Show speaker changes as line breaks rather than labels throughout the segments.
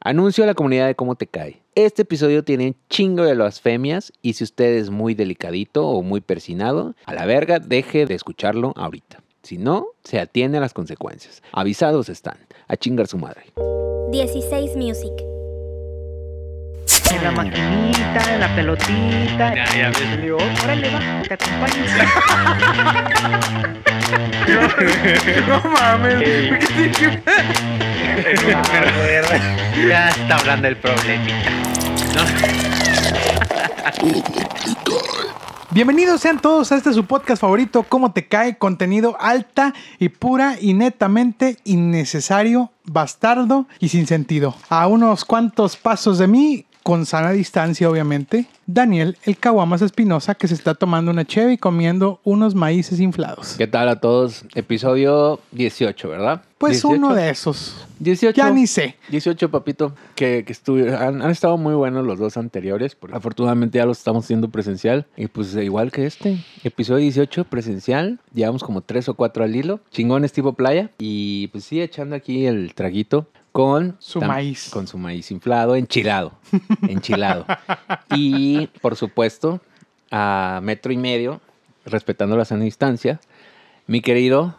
Anuncio a la comunidad de cómo te cae. Este episodio tiene un chingo de blasfemias y si usted es muy delicadito o muy persinado, a la verga, deje de escucharlo ahorita. Si no, se atiene a las consecuencias. Avisados están. A chingar su madre.
16 Music.
En la maquinita, en la pelotita. Ya, ya ves. Le digo, órale, va, te acompaño. no, no mames. ya está hablando el problemita.
Bienvenidos sean todos a este su podcast favorito, ¿Cómo te cae? Contenido alta y pura y netamente innecesario, bastardo y sin sentido. A unos cuantos pasos de mí, con sana distancia obviamente, Daniel el Caguamas Espinosa que se está tomando una cheve y comiendo unos maíces inflados.
¿Qué tal a todos? Episodio 18, ¿verdad?
Pues
18.
uno de esos.
18.
Ya ni sé.
18, papito, que, que estuvi- han, han estado muy buenos los dos anteriores. porque afortunadamente ya los estamos haciendo presencial. Y pues eh, igual que este, episodio 18 presencial. Llevamos como tres o cuatro al hilo. Chingones tipo playa. Y pues sí, echando aquí el traguito con
Su
tam-
maíz.
Con su maíz inflado, enchilado. Enchilado. y por supuesto, a metro y medio, respetando la sana distancia, mi querido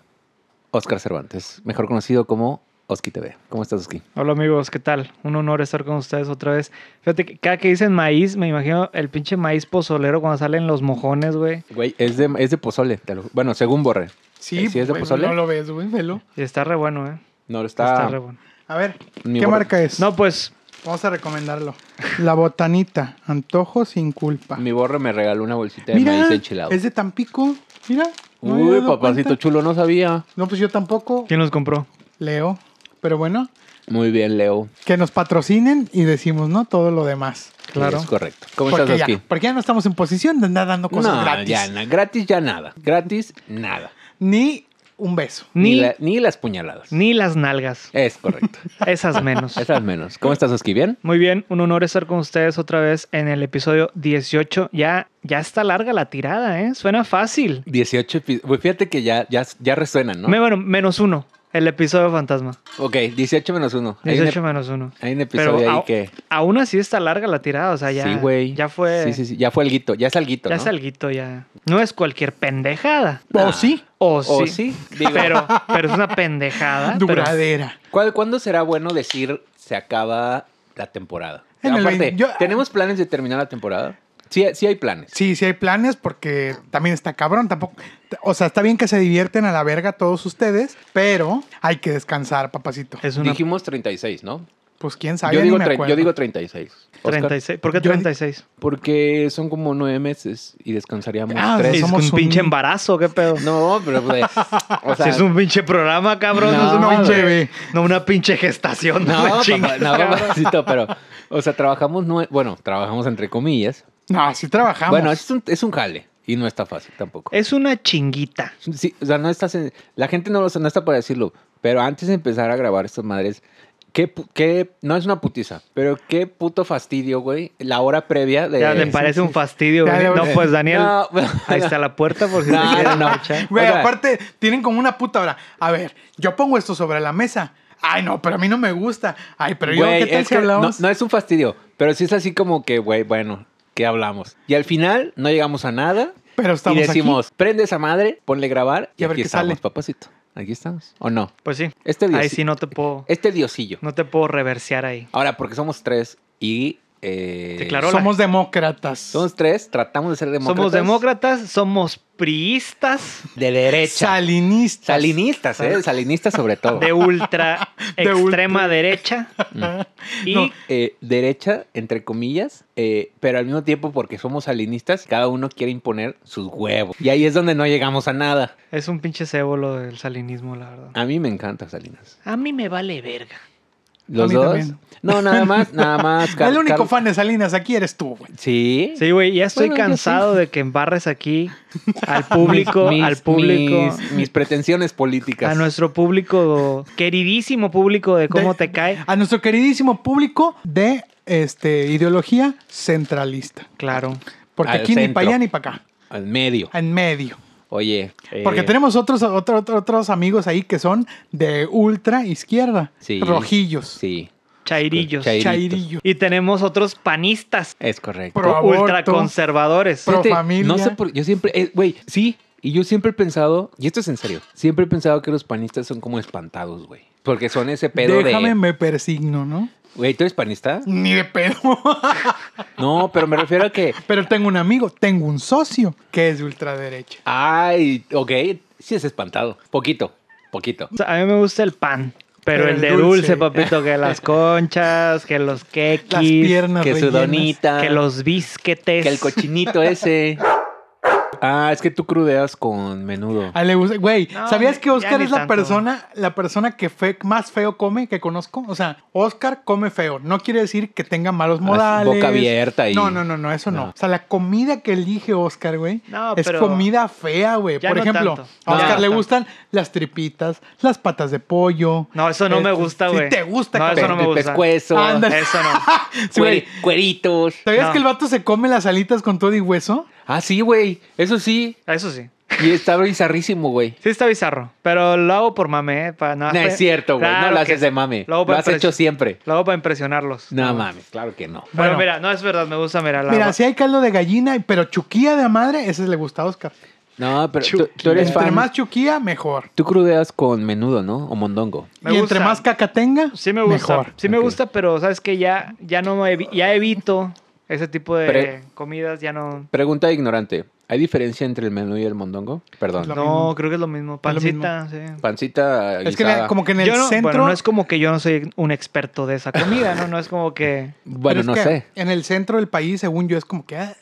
Oscar Cervantes, mejor conocido como Oski TV. ¿Cómo estás, Oski?
Hola amigos, ¿qué tal? Un honor estar con ustedes otra vez. Fíjate que cada que dicen maíz, me imagino el pinche maíz pozolero cuando salen los mojones, güey.
Güey, es de, es de pozole. te lo ju- bueno, según Borre.
Sí,
¿Sí es de
güey,
pozole?
no lo ves, güey, velo.
Y está re bueno, ¿eh?
No, está...
Está re bueno.
A ver,
Mi
¿qué
borra-
marca es?
No, pues,
Vamos a recomendarlo. La botanita, antojo sin culpa.
Mi Borre me regaló una bolsita de
Mira,
maíz enchilado.
es de Tampico. Mira. ¿no me había
Uy,
dado
papacito
cuenta?
chulo, no sabía.
No, pues yo tampoco
¿quién los compró?
leo. Pero bueno,
Muy bien, Leo.
que nos patrocinen y decimos, ¿no? Todo lo demás.
Claro.
Es correcto. ¿Cómo
porque,
estás,
ya,
Oski?
porque ya no estamos en posición de andar dando cosas
No,
gratis.
ya, na- gratis ya nada. Gratis, nada.
Ni un beso.
Ni,
Ni,
la- ni las puñaladas.
ni las nalgas.
Es correcto.
Esas menos.
Esas menos. ¿Cómo estás, Oski? ¿Bien?
Muy bien, un honor estar con ustedes otra vez en el episodio 18. Ya, ya está larga la tirada, ¿eh? Suena fácil.
18 episodios. Fíjate que ya, ya, ya resuenan, ¿no?
Me- bueno, menos uno, el episodio fantasma.
Ok, 18 menos 1. Hay, un
18
ep-
menos uno.
hay un episodio ahí
au-
que...
aún así está larga la tirada, o sea, ya,
sí, güey.
ya fue...
Sí, sí, sí. Ya fue alguito. Ya es alguito,
Ya
¿no?
es alguito, ya. No es cualquier pendejada.
Nah.
¿O sí?
O sí.
O sí. digo.
Pero, pero es una pendejada. Ah, pero-
Duradera.
¿Cuál- ¿Cuándo será bueno decir se acaba la temporada?
En el
Aparte,
20 yo-
¿tenemos planes de terminar la temporada? Sí, sí hay planes.
Sí, sí hay planes porque también está cabrón. Tampoco, o sea, está bien que se divierten a la verga todos ustedes, pero hay que descansar, papacito.
es una
Dijimos 36, ¿no?
Pues quién sabe.
yo,
ya
digo
ni me
tre-
acuerdo.
yo digo 36. Oscar,
36. ¿Por qué
Yo-
36?
porque son como nueve meses y descansaríamos
Ah,
tres.
Es
somos
un pinche
un-
embarazo, qué pedo.
No, pero pues, o
Si
sea,
es un pinche programa, cabrón. No,
No,
es una
güey.
pinche, no una pinche gestación.
No,
No, me
papá,
chingues,
no,
cabrón.
papacito, pero, o sea, trabajamos, nue- bueno, trabajamos entre comillas.
No, sí trabajamos.
Bueno, es un, es un jale y no está fácil tampoco.
Es una chinguita.
Sí, o sea, no estás en- La gente no, lo, no está para decirlo, pero antes de empezar a grabar estas madres, qué, pu- qué- no es una putiza, pero qué puto fastidio, güey, la hora previa de...
Ya me parece un fastidio.
Ya,
güey.
ya,
No,
ya.
pues, Daniel,
No, bueno,
ahí
no.
está la puerta por si
No,
te
no,
quieres
no.
marchar.
Güey,
O sea-
aparte, tienen como una puta hora. A ver, yo pongo esto sobre la mesa. Ay, no, pero a mí no me gusta. Ay, pero yo,
Güey,
¿qué tal
es
si
que no,
hablamos?
no es un fastidio, pero sí es así como que, güey, bueno, ¿qué hablamos? Y al final no llegamos a nada
pero estamos
y decimos, prende esa madre, ponle grabar y,
Y a ver
aquí
qué
estamos,
sale.
papacito. Aquí estamos. ¿O no?
Pues sí.
Este
Ahí
diosillo.
sí no te puedo,
Este diosillo.
no te puedo reversear ahí.
Ahora, porque somos tres y... eh,
Sí,
aquí.
claro.
Somos demócratas.
Somos tres, tratamos de ser demócratas.
Somos demócratas, somos priistas.
De derecha.
salinistas.
Salinistas, ¿eh? Salinistas sobre todo.
de ultra
De
extrema derecha y
No.
Eh, derecha, entre comillas, eh, pero al mismo tiempo porque somos salinistas, cada uno quiere imponer sus huevos. Y ahí es donde no llegamos a nada.
es un pinche cébolo del salinismo, la verdad.
A mí me encanta Salinas.
A mí me vale verga.
Los
mí
dos.
también.
No, nada más, nada más. Car-
El único
Car-
fan de Salinas aquí eres tú, güey.
Sí.
Sí, güey, ya estoy
Bueno, yo
cansado de que embarres aquí al público,
Mis-
al público,
Mis, mis pretensiones políticas.
a nuestro público, queridísimo público de cómo
De-
te cae.
A nuestro queridísimo público de este, ideología centralista.
Claro.
Porque
Al
aquí ni
centro.
para allá ni para acá.
Al medio.
En medio.
Oye. eh,
Porque tenemos otros, otro- otro- otros amigos ahí que son de ultra izquierda.
Sí.
Rojillos.
Sí.
chairillos.
Chairitos.
Chairillo.
Y tenemos otros panistas,
Es correcto.
Pro aborto.
ultraconservadores.
Pro
Fíjate,
familia.
No sé por Yo siempre. eh, Güey, sí. Y yo siempre he pensado, y esto es en serio, siempre he pensado que los panistas son como espantados, güey. Porque son ese pedo
Déjame,
de.
me persigno, ¿no?
Güey, ¿tú eres panista?
Ni de pedo.
No, pero me refiero a que.
Pero tengo un amigo, tengo un socio que es de ultraderecha.
Ay, ok. Sí es espantado. Poquito, poquito.
O sea, a mí me gusta el pan,
Pero
pero, el
el
de dulce,
dulce.
papito, que las conchas, que los quequis,
Las piernas
Que su
rellenas.
donita.
que los bisquetes.
Que el cochinito ese. Ah, es que tú crudeas con menudo.
A él le gusta- Güey,
No,
¿sabías
ni-
que
ya
Oscar
ni
es la
tanto.
persona, la persona que fe- más feo come que conozco? O sea, Oscar come feo. No quiere decir que tenga malos modales.
boca abierta y-
No, no, no, no, eso no.
No.
O sea, la comida que elige Oscar, güey,
No,
es
pero-
comida fea, güey.
Ya
Por
no
ejemplo,
tanto.
a
No,
Oscar
ya no
le
tanto.
gustan las tripitas, las patas de pollo.
No, eso no me
Este,
gusta,
sí
güey.
te gusta,
No, eso
cabrón.
no me
El
gusta.
pescuezo.
Ándale.
Eso no.
Sí, güey.
cueri- cueritos.
¿Sabías
No.
que el vato se come las alitas con todo y hueso?
Ah, sí, güey. Eso sí.
Eso sí.
Y está bizarrísimo, güey.
Sí está bizarro, pero lo hago por mame, eh, para
Ah,
nada.
No,
más-
es cierto, güey.
Claro
no lo
que
haces
sí.
de mame.
Lo, hago
Lo
para
has hecho
impresi-
siempre.
Lo hago para impresionarlos.
No mames, claro que no.
Pero
Bueno.
mira, no es verdad, me gusta mirar la
Mira, si hay caldo de gallina, pero chuquía de madre, ese le gusta a Oscar.
No, pero tú, tú eres
Entre
fan.
más chuquía, mejor.
Tú crudeas con menudo, ¿no? O mondongo.
Me
y
gusta.
entre más caca tenga,
Sí me gusta.
mejor.
Sí me
Ok.
gusta, pero sabes que ya, ya no me evi- ya evito ese tipo de
Pero-
comidas, ya no.
Pregunta ignorante. ¿Hay diferencia entre el menú y el mondongo? Perdón.
Lo
no,
mismo.
creo que es lo mismo.
Es lo mismo.
Pancita, sí.
Pancita
Es que
guisada.
como que en el
Yo no,
centro.
bueno, no es como que yo no soy un experto de esa comida, ¿no? No es como que.
Bueno,
pero
no
es que
sé.
En el centro del país, según yo, es como que ah,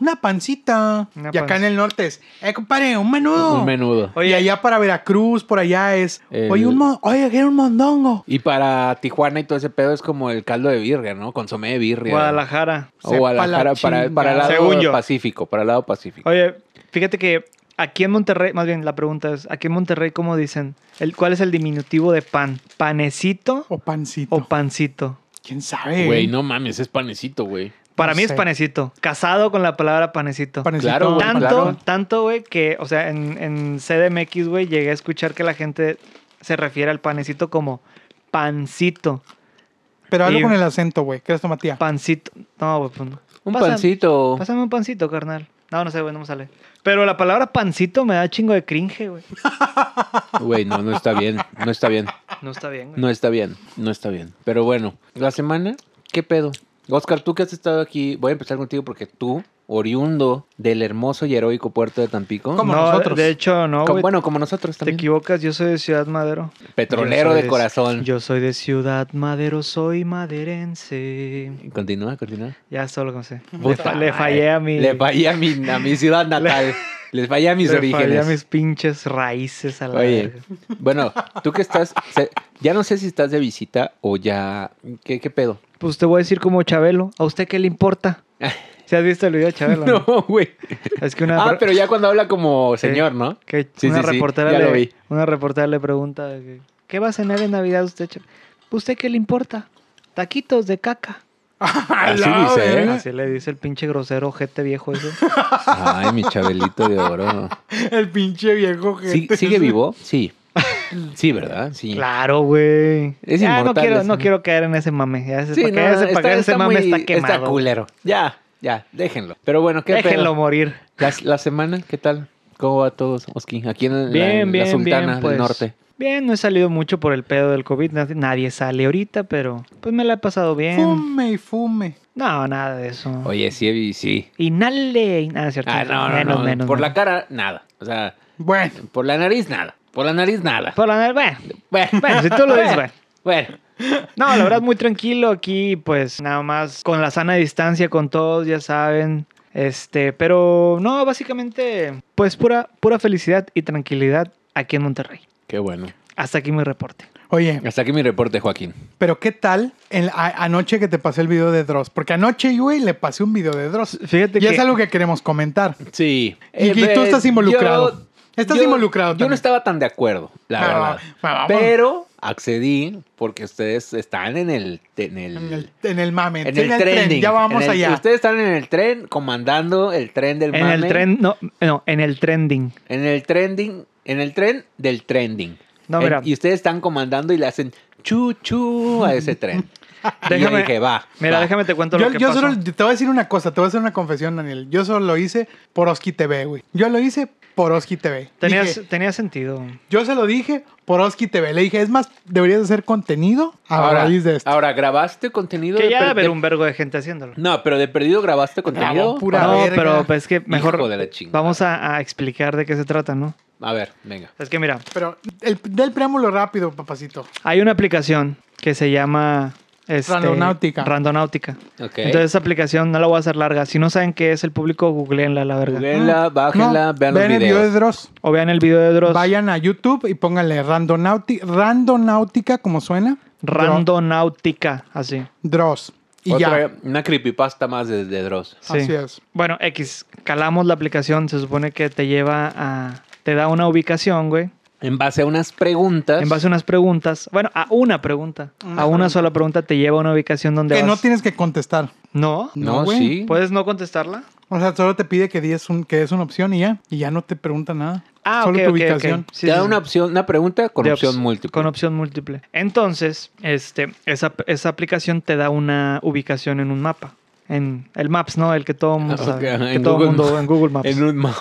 una pancita.
Una
y acá
panza.
en el norte es, eh, compadre, un menudo.
Un menudo.
Oye.
y allá para Veracruz, por allá es,
El-
oye, un mo- oye, quiero un mondongo.
Y para Tijuana y todo ese pedo es como el caldo de birria, ¿no? Consomé de birria.
Guadalajara.
O Guadalajara
Sepa la
para, para el
chingada.
lado
Según yo.
pacífico, para el lado pacífico.
Oye, fíjate que aquí en Monterrey, más bien la pregunta es: aquí en Monterrey, ¿cómo dicen? El, ¿Cuál es el diminutivo de pan? ¿Panecito
O pancito.
o pancito?
¿Quién sabe?
Güey, no mames, es panecito, güey.
Para
No
mí es
sé.
panecito. Casado con la palabra panecito.
Pancito,
Claro, güey,
tanto,
claro.
tanto, güey, que, o sea, en, en CDMX, güey, llegué a escuchar que la gente se refiere al panecito como pancito.
Pero algo
Y-
con el acento, güey. ¿Qué es tomatía?
Pancito. No, güey, pues no.
Un
Pásame-
pancito.
Pásame un pancito, carnal. No, no sé, güey, no me sale. Pero la palabra pancito me da chingo de cringe, güey.
Güey, no, no está bien. No está bien.
No está bien, güey.
No está bien. No está bien. Pero bueno, la semana, ¿qué pedo? Oscar, tú que has estado aquí, voy a empezar contigo porque tú, oriundo del hermoso y heroico puerto de Tampico.
Como
No,
nosotros.
De hecho, no,
Como-
güey.
bueno, como nosotros
te
también.
equivocas, yo soy de Ciudad Madero. Yo
Petrolero
soy
de corazón.
Yo soy de Ciudad Madero, soy maderense.
Continúa, continúa.
Ya solo lo que sé. Le,
Puta
fa- le
madre.
fallé a mi.
Le fallé a mi, a mi ciudad natal. Les fallé a mis
le
orígenes.
fallé a mis pinches raíces a la
Oye,
verga.
bueno, tú que estás, se- ya no sé si estás de visita o ya, ¿qué, qué pedo?
Pues te voy a decir como Chabelo. ¿A usted qué le importa? ¿Se has visto el video de Chabelo? no?
No, güey.
Es que una,
Ah,
pre-
pero ya cuando habla como señor, ¿no?
que
Sí,
una
sí, sí,
reportera
ya
le,
lo vi.
Una reportera le pregunta que, ¿Qué va a cenar en Navidad usted, Chabelo? ¿Usted qué le importa? Taquitos de caca.
Así
la
dice, ¿eh?
verga.
Así le dice el pinche grosero ojete viejo ese.
Ay, mi chabelito de oro.
El pinche viejo que.
Sí- ¿Sigue vivo? Sí. Sí, ¿verdad? Sí.
Claro, güey.
Es
Ya no
inmortal
quiero,
ese.
no quiero caer en ese mame. Ya ese,
Sí,
para que
no,
ese, para que ese mame
muy-
está quemado.
Está culero. Ya, ya, déjenlo. Pero bueno, ¿qué
Déjenlo
pedo?
morir.
La, la semana, ¿qué tal? ¿Cómo va todo, Oski? Aquí en el- la-
Bien,
la,
bien,
Sultana
bien, pues.
del Norte.
Bien, no he salido mucho por el pedo del COVID. Nadie, nadie sale ahorita, pero pues me la he pasado
em.
bien.
Fume y fume.
No, nada de eso.
Oye, sí, vi- sí.
Inhale. in- Ah, es cierto.
Ah, no, no,
menos,
no.
menos.
por la
menos.
cara, nada. O sea,
Bueno.
por la nariz, nada. Por la nariz, nada.
Por la bueno,
Bueno,
bueno, si tú lo dices, bueno.
bueno.
No, la verdad, muy tranquilo aquí, pues nada más con la sana distancia con todos, ya saben. Este, pero no, básicamente, pues pura, pura felicidad y tranquilidad aquí en Monterrey.
Qué bueno.
Hasta aquí mi reporte.
Oye,
Hasta aquí mi reporte, Joaquín.
pero ¿qué tal el- a- anoche que te pasé el video de Dross? Porque anoche, güey, le pasé un video de Dross.
Fíjate
Y
que.
es algo que queremos comentar.
Sí.
Y- y tú estás involucrado. Estás involucrado
Eh, Yo no
también.
estaba tan de acuerdo, la
Ah,
verdad.
ah, ah,
Pero accedí porque ustedes están en el... En el,
En el, en el mame.
en
sí,
el trending.
Ya vamos
En el-
allá.
Ustedes están en el tren comandando el tren del
En el
mame,
tren, no, no, en el trending.
En el trending. En el tren del trending.
No,
En-
mira.
y ustedes están comandando y le hacen chu chu a ese tren. Y yo
Déjame-
dije, va.
Mira,
va.
déjame te cuento
Yo,
lo que
yo
pasó.
solo te voy a decir una cosa, te voy a hacer una confesión, Daniel. Yo solo lo hice por Oski TV, güey. Yo lo hice por Oski TV.
Tenía,
Dije,
tenía sentido.
yo se lo dije por Oski TV. Le dije, es más, deberías hacer contenido a
Ahora,
raíz de esto.
ahora, ¿grabaste contenido?
Que
de
ya
per-
debe haber
de-
un vergo de gente haciéndolo.
No, pero de perdido grabaste contenido.
pura
no,
verga.
pero pues, es que mejor
Hijo de la chingada.
vamos a, a explicar de qué se trata, ¿no?
A ver, venga.
Es que mira,
Pero el, del preámbulo rápido, papacito.
hay una aplicación que se llama... este,
Randonáutica.
Randonáutica.
Ok.
Entonces esa aplicación no la voy a hacer larga. Si no saben qué es el público, googleenla, la verga.
Googleenla, bájenla,
No,
vean los
el video de
videos.
Dross.
O vean el video de Dross.
Vayan a YouTube y pónganle randonauti- randonáutica, como suena.
Randonáutica, así.
Dross. Y
Otra-
ya.
Una creepypasta más de, de Dross.
Sí.
Así es.
Bueno, X, calamos la aplicación, se supone que te lleva a... Te da una ubicación, güey.
En base a unas preguntas.
En base a unas preguntas, bueno, a una pregunta,
Una
a una
pregunta.
sola pregunta te lleva a una ubicación donde
Que
vas.
no tienes que contestar.
No,
No,
No, güey.
sí.
puedes no contestarla.
O sea, solo te pide que des, un, que des una opción y ya. Y ya no te pregunta nada.
Ah,
solo tu
ok, ok, ok.
ubicación.
te
Sí, sí,
da
sí.
una opción, una pregunta con
De
opción
ops-
múltiple.
Con opción múltiple. Entonces, este, esa, esa aplicación te da una ubicación en un mapa. En el Maps, ¿no? El que todo mundo
Ah,
sabe.
ok,
que todo mundo en Google Maps.
En un mapa.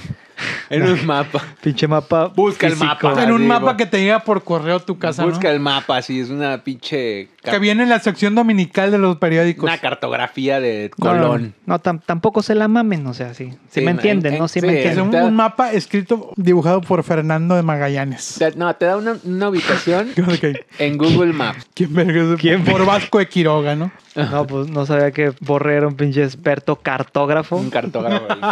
En un mapa.
Pinche mapa.
Busca el
físico.
mapa.
En un
Así,
mapa
bo-
que te llega por correo a tu casa.
Ah, Busca
¿no?
el mapa, sí, es una pinche. ca-
Que viene en la sección dominical de los periódicos.
Una cartografía de
No, no,
Colón.
No, tam- tampoco se la mamen, o sea, sí. Si
Sí,
me
en-
entienden,
en-
¿no? Sí,
sí,
me
Es
entienden.
un,
Está-
un mapa escrito, dibujado por Fernando de Magallanes.
Te- No, te da una, una ubicación
Ok.
en Google Maps.
¿Quién verga es?
¿Quién
Por Vasco de Quiroga, ¿no?
No, pues no sabía que Borré era un pinche experto cartógrafo.
Un cartógrafo. ahí.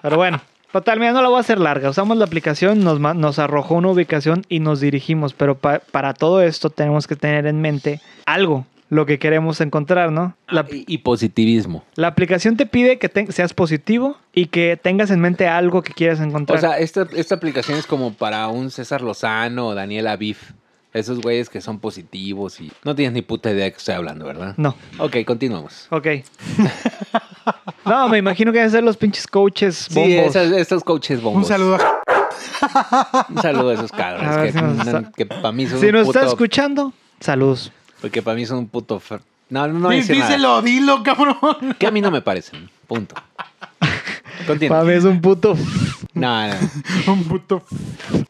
Pero bueno, total, mira, no la voy a hacer larga. Usamos la aplicación, nos, ma- nos arrojó una ubicación y nos dirigimos. Pero pa- para todo esto tenemos que tener en mente algo, lo que queremos encontrar, ¿no? La,
y, Ah, y positivismo.
la aplicación te pide que te- seas positivo y que tengas en mente algo que quieras
O
encontrar.
sea, esta, esta aplicación es como para un César Lozano o Daniel Avif. Esos güeyes que son positivos y no tienes ni puta idea de qué estoy hablando, ¿verdad?
no.
Ok, continuamos.
Ok. no, me imagino que deben ser los pinches coaches
Sí,
bombos.
esas- estos coaches bombos.
Un saludo. a-
Un saludo a esos
A
cabrones
ver si
que,
nos está-
para mí son
Si
un
nos
puto...
estás escuchando, saludos.
Porque para mí son un puto... fer- No, no, no voy a
Dí-
decir nada.
Díselo, dilo, cabrón.
Que a mí no me parecen. Punto.
Pa'
Continúa.
mí es un puto.
No, no.
Un puto.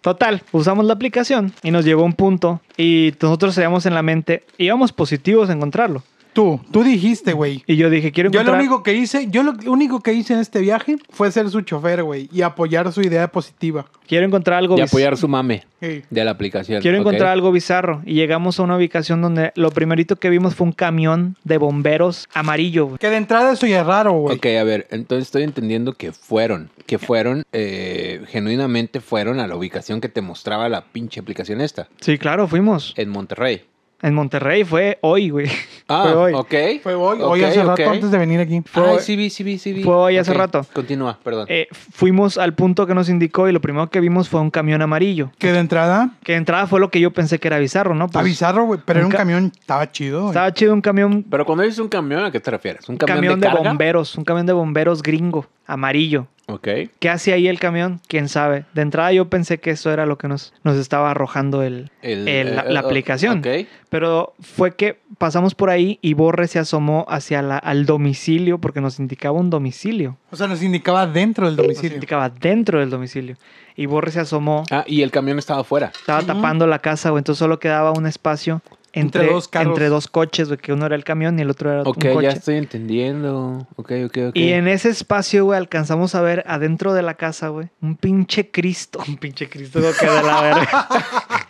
Total, usamos la aplicación y nos llevó a un punto y nosotros teníamos en la mente, íbamos positivos a encontrarlo.
Tú, tú dijiste, güey.
Y yo dije, quiero
Yo
encontrar...
lo único que hice, yo lo único que hice en este viaje fue ser su chofer, güey, y apoyar su idea positiva.
Quiero encontrar algo
Y
biz-
apoyar su mame
Sí.
de la aplicación.
Pues- Quiero
¿ok?
encontrar algo bizarro. Y llegamos a una ubicación donde lo primerito que vimos fue un camión de bomberos amarillo. güey.
Que de entrada eso ya es raro, güey.
Ok, a ver, entonces estoy entendiendo que fueron, que fueron, eh, genuinamente fueron a la ubicación que te mostraba la pinche aplicación esta,
Sí, claro, fuimos.
en Monterrey.
En Monterrey fue hoy, güey.
Ah,
fue hoy.
ok.
Fue hoy, hoy
Ok,
hace rato
ok.
antes de venir aquí.
Ay,
hoy.
sí vi, sí vi, sí vi.
Fue hoy hace
Ok,
rato.
Continúa, perdón.
Eh, fuimos al punto que nos indicó y lo primero que vimos fue un camión amarillo.
Que de entrada,
Que de entrada fue lo que yo pensé que era bizarro, ¿no?
está
Pues,
bizarro, güey, pero era un
nunca-
camión, estaba chido, güey.
Estaba chido un camión
Pero cuando dices un camión, ¿a qué te refieres? ¿Un
Un camión,
camión,
de,
carga?
bomberos, un camión de bomberos gringo, amarillo.
Ok.
¿Qué hace ahí el camión? ¿Quién sabe? De entrada yo pensé que eso era lo que nos, nos estaba arrojando el,
El-
el- la,
eh,
la
eh,
aplicación.
Ok.
Pero fue que pasamos por ahí y Borre se asomó hacia la, al domicilio porque nos indicaba un domicilio.
O sea, nos indicaba dentro del
Nos
domicilio.
indicaba dentro del domicilio. Y Borre se asomó,
Ah, y el camión estaba afuera.
estaba tapando la casa, güey, entonces solo quedaba un espacio entre,
Entre dos carros.
entre dos coches, güey, que uno era el camión y el otro era
Ok,
un coche.
ya estoy entendiendo. Ok, ok, ok.
Y en ese espacio, güey, alcanzamos a ver adentro de la casa, güey, un pinche Cristo. Un pinche Cristo, lo que de la verga.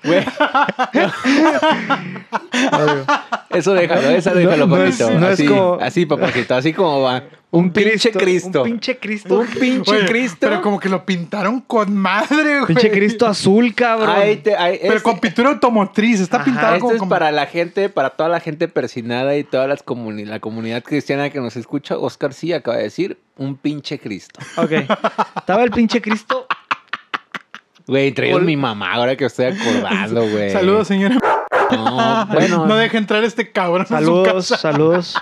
Güey, Eso déjalo, esa déjalo,
No, no es-
papito.
no es
así,
como-
así, papacito, así como va. Un, pinche Cristo.
Un pinche Cristo. Un pinche,
Oye, Pero como que lo pintaron con madre, güey.
Cristo azul, cabrón. ah,
Ahí te- ahí-
Pero
este-
con pintura automotriz, está
Ajá,
pintado
esto
como,
es
como-
para la gente, para toda la gente persinada y toda las comuni- la comunidad cristiana que nos escucha. Oscar sí acaba de decir un pinche Cristo.
Ok. Estaba el pinche Cristo.
Güey, traído
Ol-
mi mamá ahora que estoy acordando, güey.
Saludos, señora.
No, bueno.
no deja entrar este cabrón a su
Saludos,
casa.
saludos.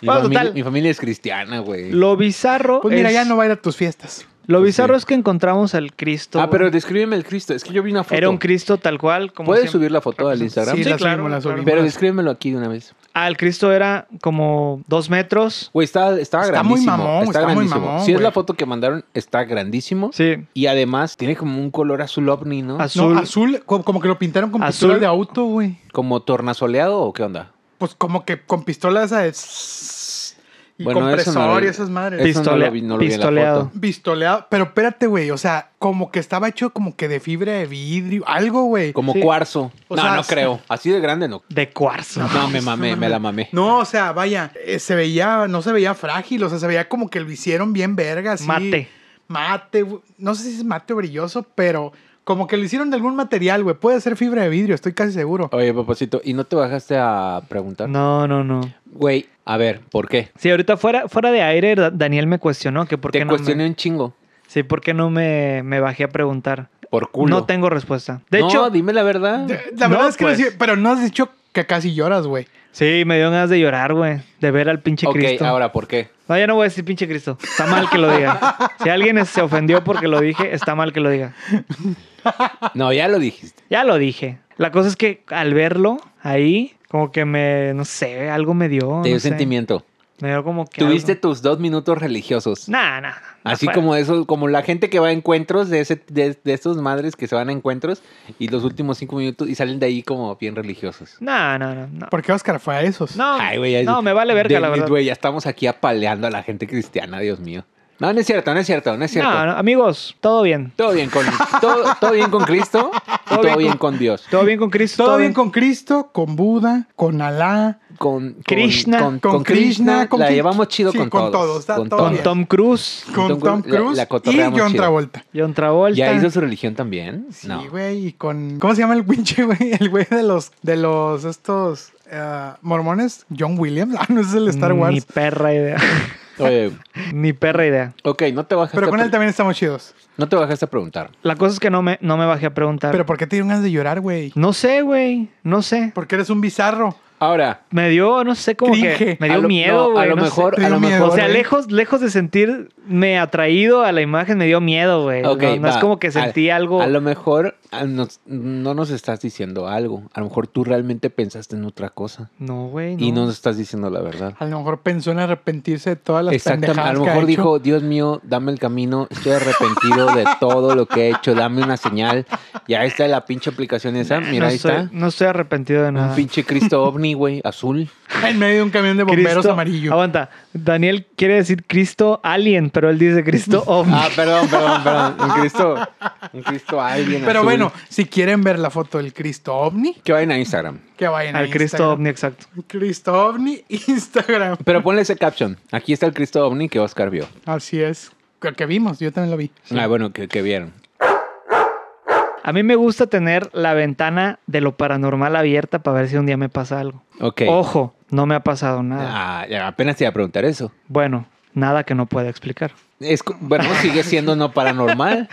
mi,
Bueno,
familia,
total.
mi familia es cristiana, güey. Ah,
Lo bizarro.
Pues mira,
es,
ya no va a ir a tus fiestas.
Lo bizarro es que encontramos al Cristo.
Ah, pero
güey.
descríbeme el Cristo. Es que yo vi una foto.
Era un Cristo tal cual. Como
¿Puedes
siempre.
subir la foto al Instagram?
Sí,
Sí,
la
claro,
subimos, la
claro.
subimos.
Pero descríbemelo aquí de una vez.
Ah, el Cristo era como dos metros.
Güey, está, estaba
Está muy
grandísimo.
mamón,
está,
está muy
grandísimo.
mamón,
si es
güey.
la foto que mandaron, está grandísimo.
Sí.
Y además tiene como un color azul ovni, ¿no?
Azul.
No, azul, co- como, que lo pintaron con
Azul.
pistola de auto, güey.
¿Como tornasoleado o qué onda?
Pues como que con pistola esa de... tss, Y
Bueno, eso
compresor
no lo-
y esas madres.
Eso no
Pistolea-
lo vi- no lo vi en la
pistoleado.
foto.
Pistoleado. Pero espérate, güey. O sea, como que estaba hecho como que de fibra de vidrio. Algo, güey.
Como
Sí.
cuarzo.
O
no,
sea,
no
sí.
creo. Así de grande no.
De cuarzo.
No, me mamé,
mames.
me la mamé.
No, o sea, vaya, eh, se veía, no se veía frágil, o sea, se veía como que lo hicieron bien verga, así.
Mate.
Mate, güey. no sé si es mate o brilloso, pero como que lo hicieron de algún material, güey. Puede ser fibra de vidrio, estoy casi seguro.
Oye, papacito, ¿y no te bajaste a preguntar?
No, no, no.
Güey, a ver, ¿por qué?
Sí, ahorita fuera, fuera de aire, Da- Daniel me cuestionó que por qué
Te
no
cuestioné
me,
un chingo.
Sí, por qué no me, me bajé a preguntar.
Por culo.
No tengo respuesta. De
No,
hecho,
dime la verdad.
Eh, La verdad
No,
es que
pues.
no sé, pero no has dicho que casi lloras, güey.
sí, me dio ganas de llorar, güey. De ver al pinche
ok,
Cristo.
ahora, ¿por qué?
No, ya no voy a decir pinche Cristo. Está mal que lo diga. Si alguien es- se ofendió porque lo dije, está mal que lo diga.
No, ya lo dijiste.
Ya lo dije. La cosa es que al verlo ahí, como que me, no sé, algo me dio.
Te
no
dio
sé.
sentimiento.
Me dio como que.
Tuviste
algo.
tus dos minutos religiosos.
Nah, nah, nah,
Así
fuera.
como eso, como la gente que va a encuentros de ese, de, de esos madres que se van a encuentros y los últimos cinco minutos y salen de ahí como bien religiosos.
Nah, nah, nah, nah.
¿Por qué Oscar fue a esos?
No,
Ay, güey, ya-
no, me vale verga, la
Dennis,
verdad.
güey, ya estamos aquí apaleando a la gente cristiana, Dios mío. No, no es cierto, no es cierto, no es cierto.
No, no, amigos, todo bien.
Todo bien con todo, todo bien con Cristo y todo, bien con, Dios.
Todo bien con Cristo.
Todo bien con Cristo, con Buda, con Alá,
Con, con-
Krishna.
con,
Con
con Krishna,
Krishna, con
la
Ki-
llevamos chido
sí,
con,
con todos,
todos.
está todo
con
bien.
Tom Cruise,
con
Tom
Tom
Cru- la-
Cruise
la
y
cotorreamos
John
chido.
Travolta.
John Travolta.
¿Ya hizo su religión también?
Sí,
no.
güey, y con... ¿Cómo se llama el pinche, güey? El güey de los, de los, estos, eh, mormones, John Williams. Ah, no ese es el de Star
Ni
Wars.
perra idea.
Oye,
Ni perra idea.
ok, no te bajaste
Pero
a
con
pre-
él también estamos chidos.
no te bajaste a preguntar.
La cosa es que no me, no me bajé a preguntar.
Pero ¿por qué te dieron ganas de llorar, güey?
Mm.
no sé, güey. No sé.
Porque eres un bizarro.
Ahora,
Me dio, no sé, como que
Cringe.
me
a
dio
lo-
miedo,
no,
güey.
a lo
no sé.
mejor,
Te
a
dio
lo
miedo,
mejor.
O sea,
güey.
lejos, lejos de sentirme atraído a la imagen, me dio miedo,
Eh,
güey.
Ok,
no, no es
va.
como que sentí
A-
algo.
A lo mejor a nos- no nos estás diciendo algo. A lo mejor tú realmente pensaste en otra cosa.
No, güey.
Y no nos estás diciendo la verdad.
A lo mejor pensó en arrepentirse de todas las
Exactamente.
pendejadas
A lo
que ha
mejor
hecho.
dijo, Dios mío, dame el camino. Estoy arrepentido de todo lo que he hecho. Dame una señal. Ya está la pinche aplicación esa. Mira,
no
ahí
estoy,
está.
No estoy arrepentido de nada.
Un pinche Cristo ovni, güey, azul.
en medio de un camión de bomberos
Cristo-
amarillo.
Aguanta. Daniel quiere decir Cristo alien, pero él dice Cristo ovni.
Ah, perdón, perdón, perdón. Un Cristo, un Cristo alguien
Pero
azul.
bueno, si quieren ver la foto del Cristo OVNI,
Que vayan a Instagram.
que vayan
Al
a
Cristo
Instagram.
ovni, exacto.
Cristo OVNI, Instagram.
Pero ponle ese caption. Aquí está el Cristo ovni que Oscar vio.
Así es. Que, que vimos, yo también lo vi.
Ah, bueno, que, que vieron.
A mí me gusta tener la ventana de lo paranormal abierta para ver si un día me pasa algo.
Ok.
Ojo, no me ha pasado nada.
Ah, ya, apenas te iba a preguntar eso.
Bueno, nada que no pueda explicar.
Es, co- bueno, sigue siendo no paranormal.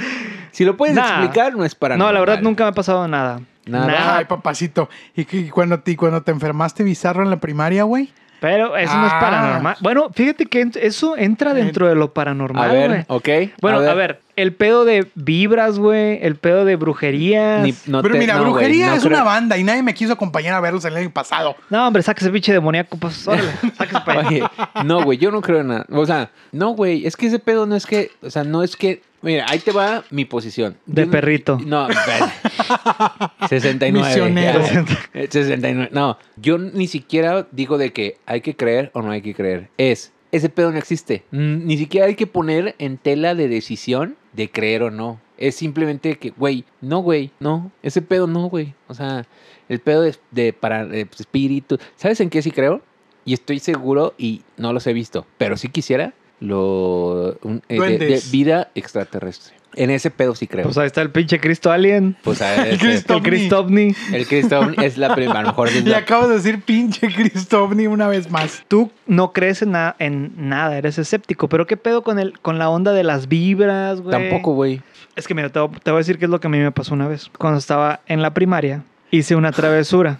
Si lo puedes
Nah.
explicar, no es paranormal.
No, la verdad nunca me ha pasado nada.
Nada.
Nada.
Ay, papacito. Y, que- y cuando, te, y cuando te enfermaste bizarro en la primaria, güey.
Pero eso no es
Ah.
paranormal. Bueno, fíjate que ent- eso entra dentro de lo
A
paranormal, güey.
ver, ok.
Bueno, a ver. el pedo de vibras, güey, el pedo de brujerías.
Ni- no
Pero
te-
mira,
no, güey,
brujería
no
es
creo-
una banda y nadie me quiso acompañar a verlos el año pasado.
No, hombre, saca ese pinche demoníaco, pues, órale, sáquese para allá.
Oye, no, güey, yo no creo en nada. O sea, no, güey, es que ese pedo no es que, o sea, no es que... Mira, ahí te va mi posición.
De
Yo no-
perrito.
No, espérate. 69.
Misionero.
ya. Eh, 69. No, yo ni siquiera digo de que hay que creer o no hay que creer. Es, ese pedo no existe. Mm, Ni siquiera hay que poner en tela de decisión de creer o no. Es simplemente que, güey, no, güey, no. Ese pedo no, güey. O sea, el pedo de, de para, de espíritu. ¿Sabes en qué sí creo? Y estoy seguro y no los he visto, pero sí quisiera lo un- eh, de- de,
Duendes.
vida extraterrestre. En ese pedo sí creo.
Pues ahí está el pinche Cristo Alien,
Pues a ver,
El Cristo
el
Ovni.
Cristo Ovni.
el Cristo es la primera, a lo mejor es
Y
la-
acabo de decir pinche Cristo OVNI una vez más.
Tú no crees en, na- en nada, eres escéptico. Pero qué pedo con, el, con la onda de las vibras, güey.
Tampoco, güey.
Es que mira, te, voy- te voy a decir qué es lo que a mí me pasó una vez. Cuando estaba en la primaria, hice una travesura.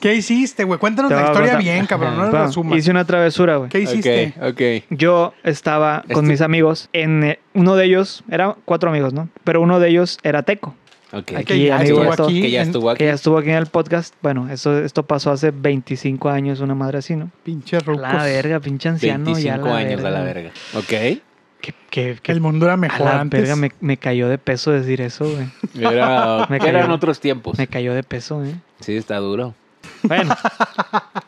¿Qué hiciste, güey? Cuéntanos
Te
la
voy a
historia
contar.
bien, cabrón. No
Va,
lo resumas.
Hice una travesura, güey.
¿Qué hiciste?
Ok, ok.
Yo estaba con
Este-
mis amigos en eh, uno de ellos, eran cuatro amigos, ¿no? Pero uno de ellos era teco.
Ok.
Aquí,
Que ya
amigos,
estuvo
esto-
aquí
Que ya
en-
estuvo aquí.
que ya estuvo aquí en el podcast. Bueno, eso, esto pasó hace 25 años, una madre así, ¿no?
Pinche
A
rucos.
La verga, pinche anciano.
25
ya la
años
verga.
a la verga. Ok.
Que, que- que-
El mundo era
a
mejor
la
antes.
verga, me, me cayó de peso decir eso, güey.
Era-
Me cayó.
eran otros tiempos.
Me cayó de peso, ¿eh?
Sí, está duro.
Pues Bueno.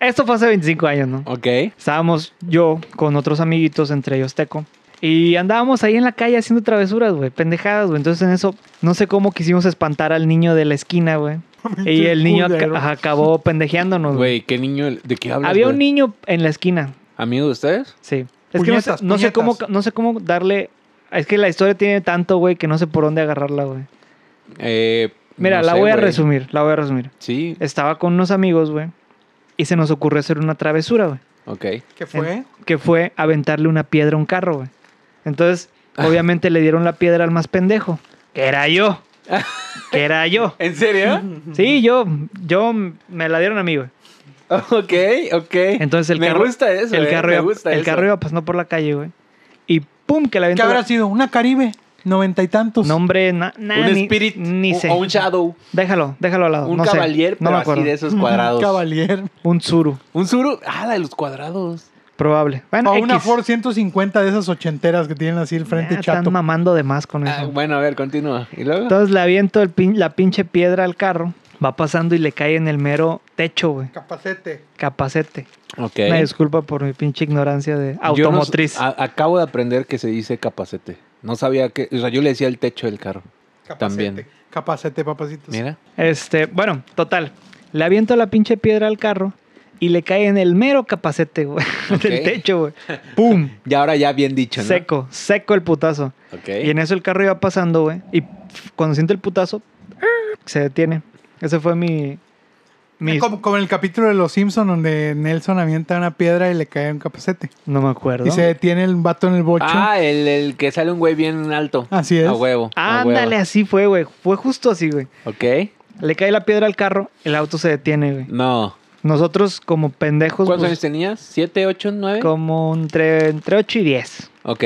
esto fue hace 25 años, ¿no?
Ok.
Estábamos yo con otros amiguitos, entre ellos Teco. Y andábamos ahí en la calle haciendo travesuras, güey, pendejadas, güey. Entonces en eso, no sé cómo quisimos espantar al niño de la esquina, güey. Y el niño aca-
Culero.
acabó pendejeándonos, güey.
Güey, ¿qué niño? ¿De qué hablas?
Había un
güey?
niño en la esquina,
¿Amigo de ustedes?
sí. Es que no sé-
Puñetas,
no sé, cómo,
puñetas.
no sé cómo darle... Es que la historia tiene tanto, güey, que no sé por dónde agarrarla, güey.
Eh,
Mira,
no
la
sé,
voy a
güey.
resumir, la voy a resumir.
Sí,
Estaba con unos amigos, güey, y se nos ocurrió hacer una travesura, güey.
ok.
¿Qué fue?
que fue aventarle una piedra a un carro, güey. Entonces,
Ah.
obviamente le dieron la piedra al más pendejo, que era yo. que era yo.
¿En serio?
Sí, yo, yo me la dieron a mí, güey.
ok, ok.
Entonces el
me
carro.
gusta eso.
el
eh,
carro
me
iba,
gusta
el
eso.
carro iba pasando por la calle, güey. Y pum, que la
¿Qué
aventó.
habrá sido? ¿Una Caribe? ¿Noventa y tantos?
Nombre, na, na,
un
ni,
Spirit
ni
o-
sé.
o un Shadow,
Déjalo, déjalo al lado.
un
no sé,
Cavalier,
no
pero
me
así
acuerdo.
de esos
Un
cuadrados.
Cavalier.
Un Zuru,
Un Zuru, ah, la de los cuadrados.
probable. Bueno,
O una
X.
Ford 150 de esas ochenteras que tienen así el frente
Ah,
chato.
Están mamando de más con eso.
Ah, bueno, a ver, continúa. ¿Y luego?
Entonces le aviento el pin- la pinche piedra al carro, va pasando y le cae en el mero techo, güey.
Capacete.
Capacete.
ok.
Una disculpa por mi pinche ignorancia de
Yo no- ah.
automotriz.
a- acabo de aprender que se dice capacete. No sabía que. O sea, yo le decía el techo del carro. También.
Capacete, papacitos.
Mira.
Este, bueno, total. Le aviento la pinche piedra al carro y le cae en el mero capacete, güey.
Ok.
Del techo, güey. ¡Pum!
Y ahora ya bien dicho, ¿no?
Seco, seco el putazo.
Ok.
Y en eso el carro iba pasando, güey. Y pf, cuando siente el putazo,
Ah.
se detiene. Ese fue mi. mi-
Como, como en el capítulo de Los Simpsons donde Nelson avienta una piedra y le cae un capacete.
No me acuerdo.
Y se detiene el vato en el bocho.
Ah, el, el que sale un güey bien alto.
Así es.
A huevo. a Ah, huevo.
Ándale, así fue, güey. Fue justo así, güey.
Ok.
Le cae la piedra al carro, el auto se detiene, güey.
No.
Nosotros como pendejos,
¿Cuántos
pues,
años tenías? ¿Siete, ocho, nueve?
como entre, entre 8 y 10.
Ok.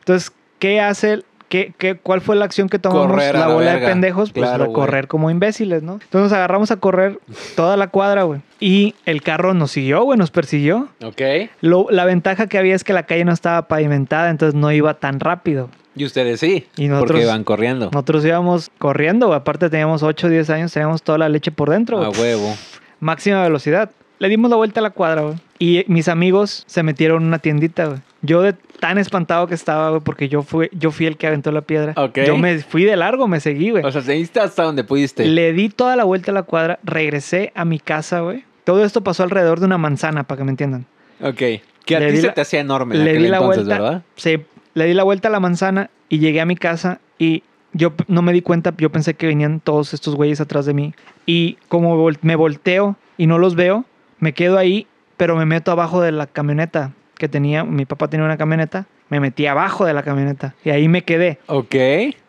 Entonces, ¿qué hace? el- Qué, qué, ¿Cuál fue la acción que tomamos
Correr a
la
la
bola de
verga.
pendejos? Pues
Claro,
la-
güey.
correr como imbéciles, ¿no? Entonces nos agarramos a correr toda la cuadra, güey. Y el carro nos siguió, güey, nos persiguió.
Ok.
Lo- la ventaja que había es que la calle no estaba pavimentada, entonces no iba tan rápido.
Y ustedes sí.
Y nosotros-
Porque van corriendo.
Nosotros íbamos corriendo, güey. Aparte teníamos 8 o 10 años, teníamos toda la leche por dentro,
A
güey.
huevo.
máxima velocidad. Le dimos la vuelta a la cuadra, güey. Y mis amigos se metieron en una tiendita, güey. Yo de tan espantado que estaba, güey, porque yo fui, yo fui el que aventó la piedra.
Ok.
Yo me fui de largo, me seguí, güey.
O sea, seguiste hasta donde pudiste.
Le di toda la vuelta a la cuadra, regresé a mi casa, güey. Todo esto pasó alrededor de una manzana, para que me entiendan.
Ok. Que a
Le
ti
di
se
la-
te hacía enorme en
le
aquel
di la
entonces,
vuelta.
¿verdad?
Sí, le di la vuelta a la manzana y llegué a mi casa y yo p- no me di cuenta, yo pensé que venían todos estos güeyes atrás de mí y como vol- me volteo y no los veo, me quedo ahí, pero me meto abajo de la camioneta que tenía, mi papá tenía una camioneta, me metí abajo de la camioneta y ahí me quedé
Ok.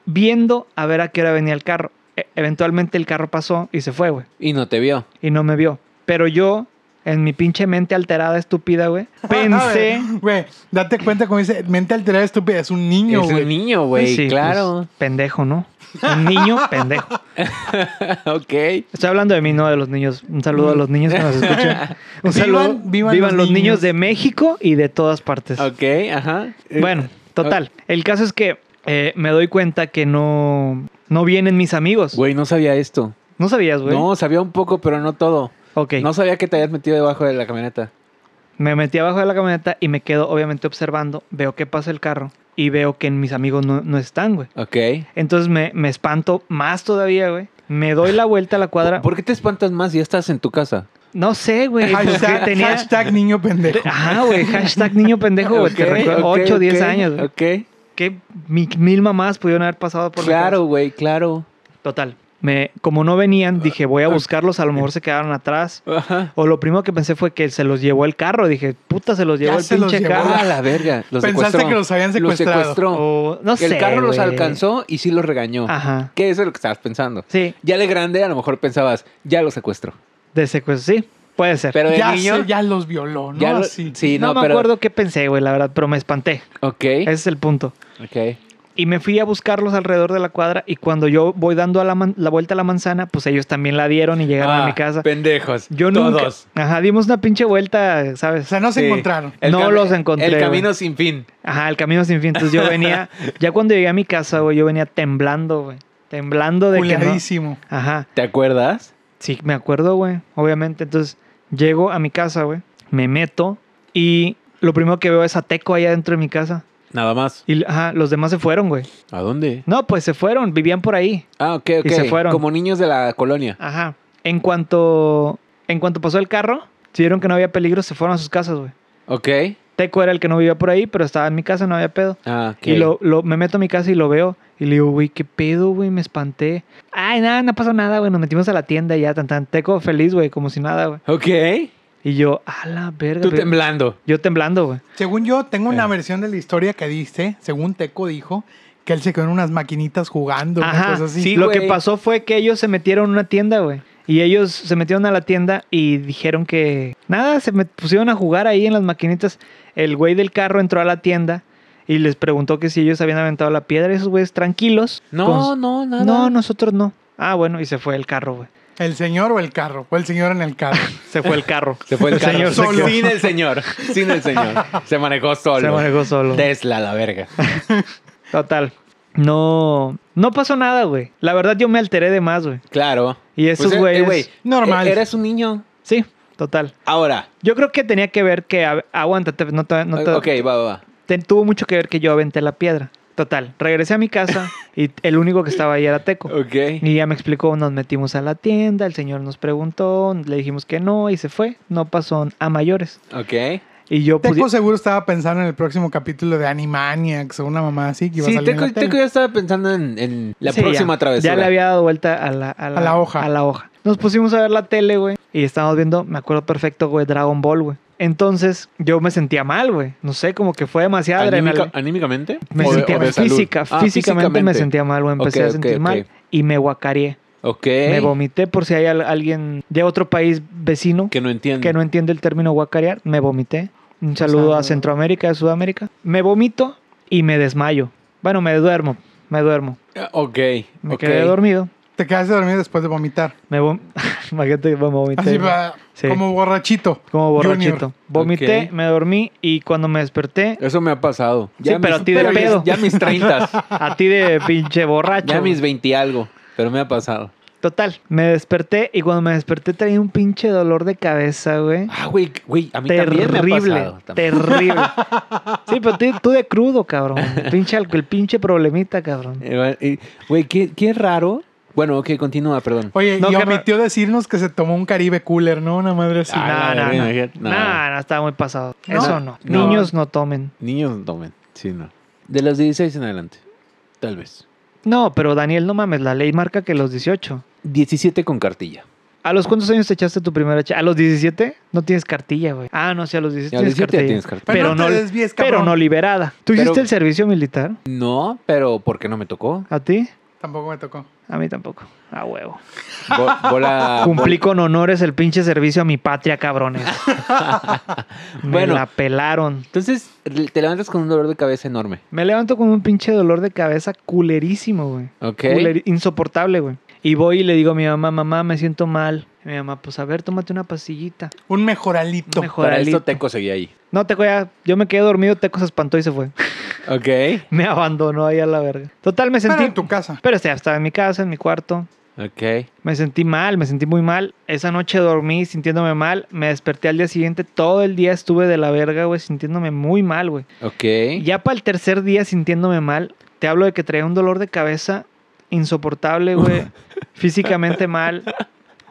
viendo a ver a qué hora venía el carro. E- eventualmente el carro pasó y se fue, güey,
Y no te vio.
y no me vio, pero yo en mi pinche mente alterada, estúpida, güey, pensé
Ah, Güey, date cuenta como dice, mente alterada estúpida, es un niño,
es
güey.
un niño, güey.
Sí,
claro.
pues, pendejo, ¿no? Un niño pendejo.
ok.
Estoy hablando de mí, no de los niños. Un saludo a los niños que nos escuchan. Un
Vivan-
saludo.
vivan los
los, niños.
niños.
de México y de todas partes.
Ok, Eh, ajá.
Bueno, total. El caso es que eh, me doy cuenta que no, no vienen mis amigos.
Güey, no sabía esto.
No sabías, güey.
No, sabía un poco, pero no todo.
Ok.
No sabía que te habías metido debajo de la camioneta.
Me metí abajo de la camioneta y me quedo obviamente observando. Veo que pasa el carro y veo que mis amigos no, no están, güey.
Ok.
Entonces me, me espanto más todavía, güey. Me doy la vuelta a la cuadra.
¿Por qué te espantas más si ya estás en tu casa?
No sé, güey. pues,
Hashtag,
que tenía... Ah,
hashtag niño pendejo.
Ajá, güey. Hashtag niño pendejo, güey. te
Ok,
recuerdo,
ok,
8, 10
ok,
años. güey.
Ok.
Que mi- mil mamás pudieron haber pasado por la
Claro, güey, claro.
cabeza. Total. Me, como no venían, dije, voy a buscarlos. A lo mejor se quedaron atrás.
Ajá.
O lo primero que pensé fue que se los llevó el carro. Dije, puta, se los llevó
Ya
el
se los
pinche
llevó
carro.
Ah, la verga. Los
Pensaste
secuestró.
que los habían secuestrado. Oh.
Los secuestró.
O, no sé.
el carro los
güey. Ah.
alcanzó y sí los regañó.
Ajá.
¿Qué eso es lo que estabas pensando?
Sí,
Ya de grande, a lo mejor pensabas, ya los secuestro.
de secuestro. Sí, puede ser.
Pero de
Ya,
niño.
se- ya los violó, ¿no?
ya lo-
Así.
Sí,
no,
no,
me
pero.
acuerdo qué pensé, güey, la verdad, pero me espanté.
Ok.
Ese es el punto.
Ok.
Y me fui a buscarlos alrededor de la cuadra y cuando yo voy dando a la, man- la vuelta a la manzana, pues ellos también la dieron y llegaron
Ah,
a mi casa.
Pendejos.
Yo nunca...
todos.
Ajá, dimos una pinche vuelta, ¿sabes?
O sea, no se
Sí.
encontraron.
No
cami-
los encontré,
El
güey.
camino sin fin.
Ajá, el camino sin fin. Entonces yo venía, ya cuando llegué a mi casa, güey, yo venía temblando, güey. Temblando de que no.
Culeadísimo.
Ajá,
¿Te acuerdas?
sí, me acuerdo, güey, obviamente. Entonces llego a mi casa, güey, me meto y lo primero que veo es a Teco allá dentro de mi casa.
Nada más.
Y ajá, los demás se fueron, güey.
¿A dónde?
No, pues se fueron, vivían por ahí.
Ah, ok, ok.
Y se fueron.
Como niños de la colonia.
Ajá. En cuanto, en cuanto pasó el carro, si vieron que no había peligro, se fueron a sus casas, güey.
Ok.
Teco era el que no vivía por ahí, pero estaba en mi casa, no había pedo.
Ah, ok.
Y lo, lo- me meto a mi casa y lo veo. Y le digo, güey, qué pedo, güey, me espanté. Ay, nada, no pasó nada, güey. Nos metimos a la tienda y ya, tan tan teco feliz, güey, como si nada, güey.
Ok.
Y yo, a la verga.
Tú
güey".
temblando.
Yo temblando, güey.
Según yo, tengo una
Eh.
versión de la historia que diste, según Teco dijo, que él se quedó en unas maquinitas jugando, una
Ajá.
cosa así.
sí,
lo
güey.
que pasó fue que ellos se metieron a una tienda, güey. Y ellos se metieron a la tienda y dijeron que nada, se me pusieron a jugar ahí en las maquinitas. El güey del carro entró a la tienda y les preguntó que si ellos habían aventado la piedra. Esos güeyes tranquilos.
No,
con-
no, nada.
no, nosotros no. Ah, bueno, y se fue el carro, güey.
¿El señor o el carro? O el señor en el carro.
Se fue el carro.
Se fue el carro.
señor se
solo.
quedó.
Sin el señor. Sin el señor. Se manejó solo.
Se manejó solo.
Tesla, la verga.
Total. No, no pasó nada, güey. La verdad yo me alteré de más, güey.
Claro.
Y esos
eh, eh,
güeyes-
güey,
Normal.
e- Eres un niño.
Sí, total.
Ahora.
Yo creo que tenía que ver que a- aguántate, no te, no te-
ok, va, va, va.
te- tuvo mucho que ver que yo aventé la piedra. Total, regresé a mi casa y el único que estaba ahí era Teco.
Ok.
Y ya me explicó, nos metimos a la tienda, el señor nos preguntó, le dijimos que no y se fue. No pasó a mayores.
Ok.
Y yo
Teco
puse...
seguro estaba pensando en el próximo capítulo de Animaniacs o una mamá así que iba a
Sí,
salir en
Teco,
la tele.
Teco ya estaba pensando en, en la
Sí,
próxima
ya,
travesura.
Ya le había dado vuelta a la, a la-
A la hoja.
a la hoja. Nos pusimos a ver la tele, güey. Y estábamos viendo, me acuerdo perfecto, güey, Dragon Ball, güey. Entonces yo me sentía mal, güey. No sé, como que fue demasiada
Anímica-
adrenalina.
¿Anímicamente?
Me
¿O de-
sentía
o de salud?
física,
Ah,
físicamente me sentía mal, güey. Empecé
Ok,
a
ok,
sentir
ok.
mal y me guacareé.
Ok.
Me vomité por si hay al- alguien de otro país vecino
Que no entiendo.
que no entiende el término guacarear. Me vomité. Un saludo
saludo.
a Centroamérica, a Sudamérica. Me vomito y me desmayo. Bueno, me duermo, me duermo.
Ah, Ok.
Me
ok.
quedé dormido.
Te quedaste dormido después de vomitar.
Me vom- Imagínate, me vomité.
Así
¿no?
va,
Sí.
como borrachito.
Como borrachito.
Junior.
Vomité,
Ok.
me dormí y cuando me desperté,
Eso me ha pasado.
Sí, pero a ti de
mis-
pedo.
Ya mis 30,
a ti de pinche borracho.
ya mis 20 y algo, pero me ha pasado.
Total, me desperté y cuando me desperté traía un pinche dolor de cabeza, güey.
Ah, güey, güey, a mí también me ha
Terrible,
pasado. también.
terrible. Sí, pero tú- tú de crudo, cabrón. Pinche, alco- el pinche problemita, cabrón.
Eh, va- eh, Güey, qué, qué raro. Bueno, ok, continúa, perdón.
Oye,
No,
y
qué
omitió decirnos que se tomó un Caribe Cooler, ¿no? Una madre así.
Ah,
No,
la verga,
no, no.
imagínate. No.
No, no, estaba muy pasado.
No.
Eso no.
No.
Niños no tomen.
Niños no tomen. Sí, no. De los 16 en adelante. Tal vez.
No, pero Daniel, no mames, la ley marca que los 18.
17 con cartilla.
¿A los cuántos años te echaste tu primera cha- ¿A los 17? No tienes cartilla, güey. Ah, no, sí, a los 17
A los 17
tienes cartilla.
tienes cartilla.
Pero,
Pero no
no,
te desvíes, cabrón.
pero no liberada. ¿Tú
Pero-
hiciste el servicio militar?
No, pero ¿por qué no me tocó?
¿A ti?
Tampoco me tocó.
A mí tampoco. A huevo.
Bo- bola-
Cumplí con honores el pinche servicio a mi patria, cabrones. Me
Bueno.
la pelaron.
Entonces, te levantas con un dolor de cabeza enorme.
Me levanto con un pinche dolor de cabeza culerísimo, güey.
Ok.
Culeri- insoportable, güey. Y voy y le digo a mi mamá, mamá, me siento mal. Y mi mamá, pues a ver, tómate una pastillita.
Un mejoralito.
Mejor
Para esto Teco seguía ahí.
No, Teco ya, yo me quedé dormido, Teco se espantó y se fue.
Ok.
Me abandonó ahí a la verga. Total, me
Pero
sentí...
en tu casa.
Pero este, estaba en mi casa, en mi cuarto.
Ok.
Me sentí mal, me sentí muy mal. Esa noche dormí sintiéndome mal. Me desperté al día siguiente. Todo el día estuve de la verga, güey, sintiéndome muy mal, güey.
Ok.
Ya para el tercer día sintiéndome mal, te hablo de que traía un dolor de cabeza insoportable, güey. físicamente mal.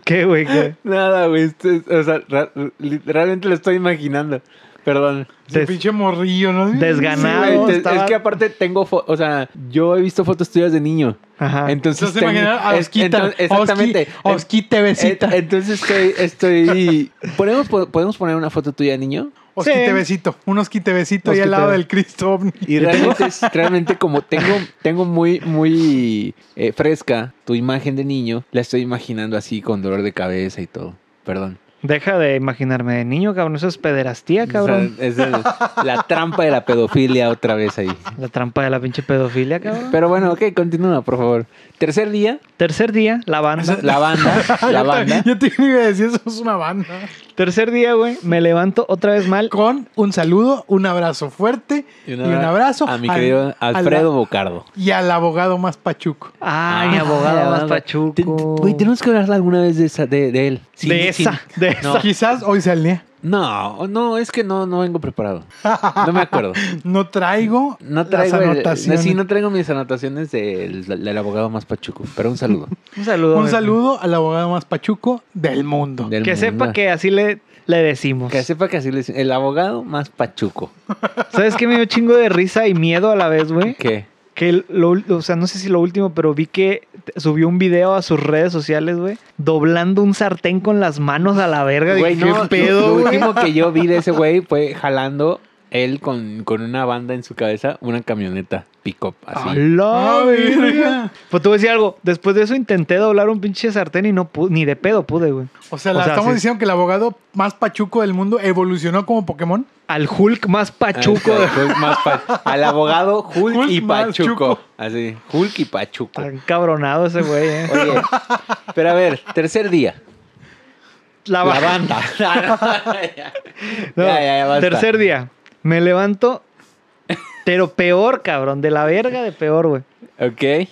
¿Qué, güey? ¿Qué?
Nada, güey. esto es- o sea, ra- li- realmente lo estoy imaginando. Perdón.
Ese
Des-
pinche morrillo, ¿no?
Desganado.
Sí, güey, te-
estaba-
Es que aparte tengo, fo- o sea, yo he visto fotos tuyas de niño.
Ajá.
Entonces,
Ah, Entonces,
tengo-
imaginar a
es-
Osquita.
entonces- exactamente.
Oski- Oski te
Eh,
besita.
Entonces estoy, estoy. ¿Podemos, po- podemos poner una foto tuya de niño?
Oski
Sí.
te besito. Un Oski te besito ahí
Oski
al
te
lado
be-
del Cristo ovni.
Y realmente, es- realmente como tengo, tengo muy, muy eh, fresca tu imagen de niño, la estoy imaginando así con dolor de cabeza y todo. Perdón.
Deja de imaginarme de niño, cabrón. Eso es pederastía, Ah, cabrón.
O sea, es el- la trampa de la pedofilia otra vez ahí.
La trampa de la pinche pedofilia, cabrón.
Pero bueno, ok, continúa, por favor. Tercer día,
Tercer día, la banda.
la banda, la banda.
Yo te iba a decir, eso es una banda.
Tercer día, güey, me levanto otra vez mal.
Con un saludo, un abrazo fuerte y, un abrazo
A mi
al-
querido
al-
Alfredo Bocardo.
y al abogado más pachuco.
Ay,
Ah,
abogado más
abogado. Te- te-
pachuco.
Güey, tenemos que hablar alguna vez de esa, de, de él. Sí,
de
sí.
esa, de esa.
No.
Quizás hoy sea el día.
No, no, es que no, no vengo preparado. No me acuerdo.
No traigo,
No traigo,
las
el-
anotaciones.
sí, no traigo mis anotaciones del, del abogado más pachuco, pero un saludo.
Un saludo.
Un
güey.
saludo al abogado más pachuco del mundo.
del
Que sepa
mundo.
que así le, le decimos.
Que sepa que así le dicen, el abogado más pachuco.
¿Sabes qué me dio chingo de risa y miedo a la vez, güey?
¿Qué?
Que lo, o sea, no sé si lo último, pero vi que subió un video a sus redes sociales, güey, doblando un sartén con las manos a la verga. Dije,
Güey, no,
¿qué
lo-
pedo,
lo,
güey?
último que yo vi de ese güey fue jalando él con, con una banda en su cabeza, una camioneta pick-up,
A
así.
la
Ah,
verga.
verga.
Pues te voy a decir algo. Después de eso intenté doblar un pinche sartén y no pude, ni de pedo pude, güey.
O sea, la
O sea,
estamos
sí.
diciendo que el abogado más pachuco del mundo evolucionó como Pokémon.
Al Hulk más pachuco.
Al, Hulk más pa- al abogado Hulk,
Hulk
y
más
Pachuco.
chuco.
Así, Hulk y Pachuco.
Tan cabronado ese güey, eh.
Oye, pero a ver, tercer día.
La,
La
ba-
banda.
Ah, No,
Ya, ya, ya, basta.
Tercer día. Me levanto, pero peor, cabrón. De la verga de peor, güey.
ok.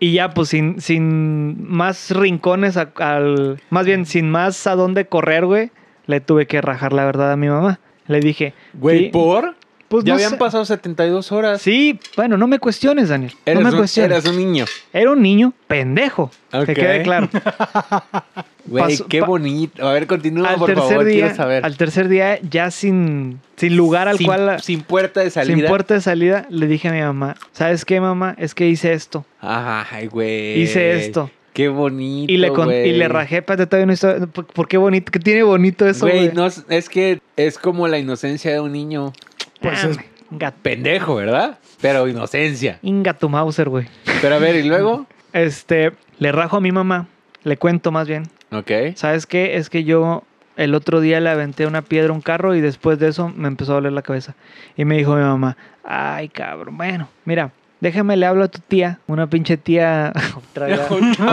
Y ya, pues sin, sin más rincones, a- al, más bien sin más a dónde correr, güey, le tuve que rajar la verdad a mi mamá. Le dije,
Güey,
sí,
¿por?
pues
ya
no
habían
sé.
pasado 72 horas.
Sí, bueno, no me cuestiones, Daniel.
Eras,
no me
un,
cuestiones.
eras un niño.
Era un niño pendejo.
Ok.
Que quede claro.
Güey,
Pasó-
qué
pa-
bonito. A ver, continúa,
al
por
tercer
favor.
día,
quiero saber.
al tercer día, ya sin, sin lugar al
sin,
cual,
sin puerta de salida.
sin puerta de salida, le dije a mi mamá, ¿sabes qué, mamá? Es que hice esto.
Ay, güey.
Hice esto.
Qué bonito.
Y le, con- y
güey.
le rajé, espérate, todavía no estoy- ¿por por qué bonito? ¿Qué tiene bonito eso,
Güey,
güey?
no, es que es como la inocencia de un niño.
Pues
Ah,
es-
Inga,
Pendejo, ¿verdad? Pero inocencia.
inga tu Mauser, güey.
Pero a ver, y luego.
Este, le rajo a mi mamá, le cuento más bien.
Ok.
¿Sabes qué? Es que yo el otro día le aventé una piedra a un carro y después de eso me empezó a doler la cabeza. Y me dijo mi mamá, ay, cabrón, bueno, mira, déjame le hablo a tu tía, una pinche tía, otra vez,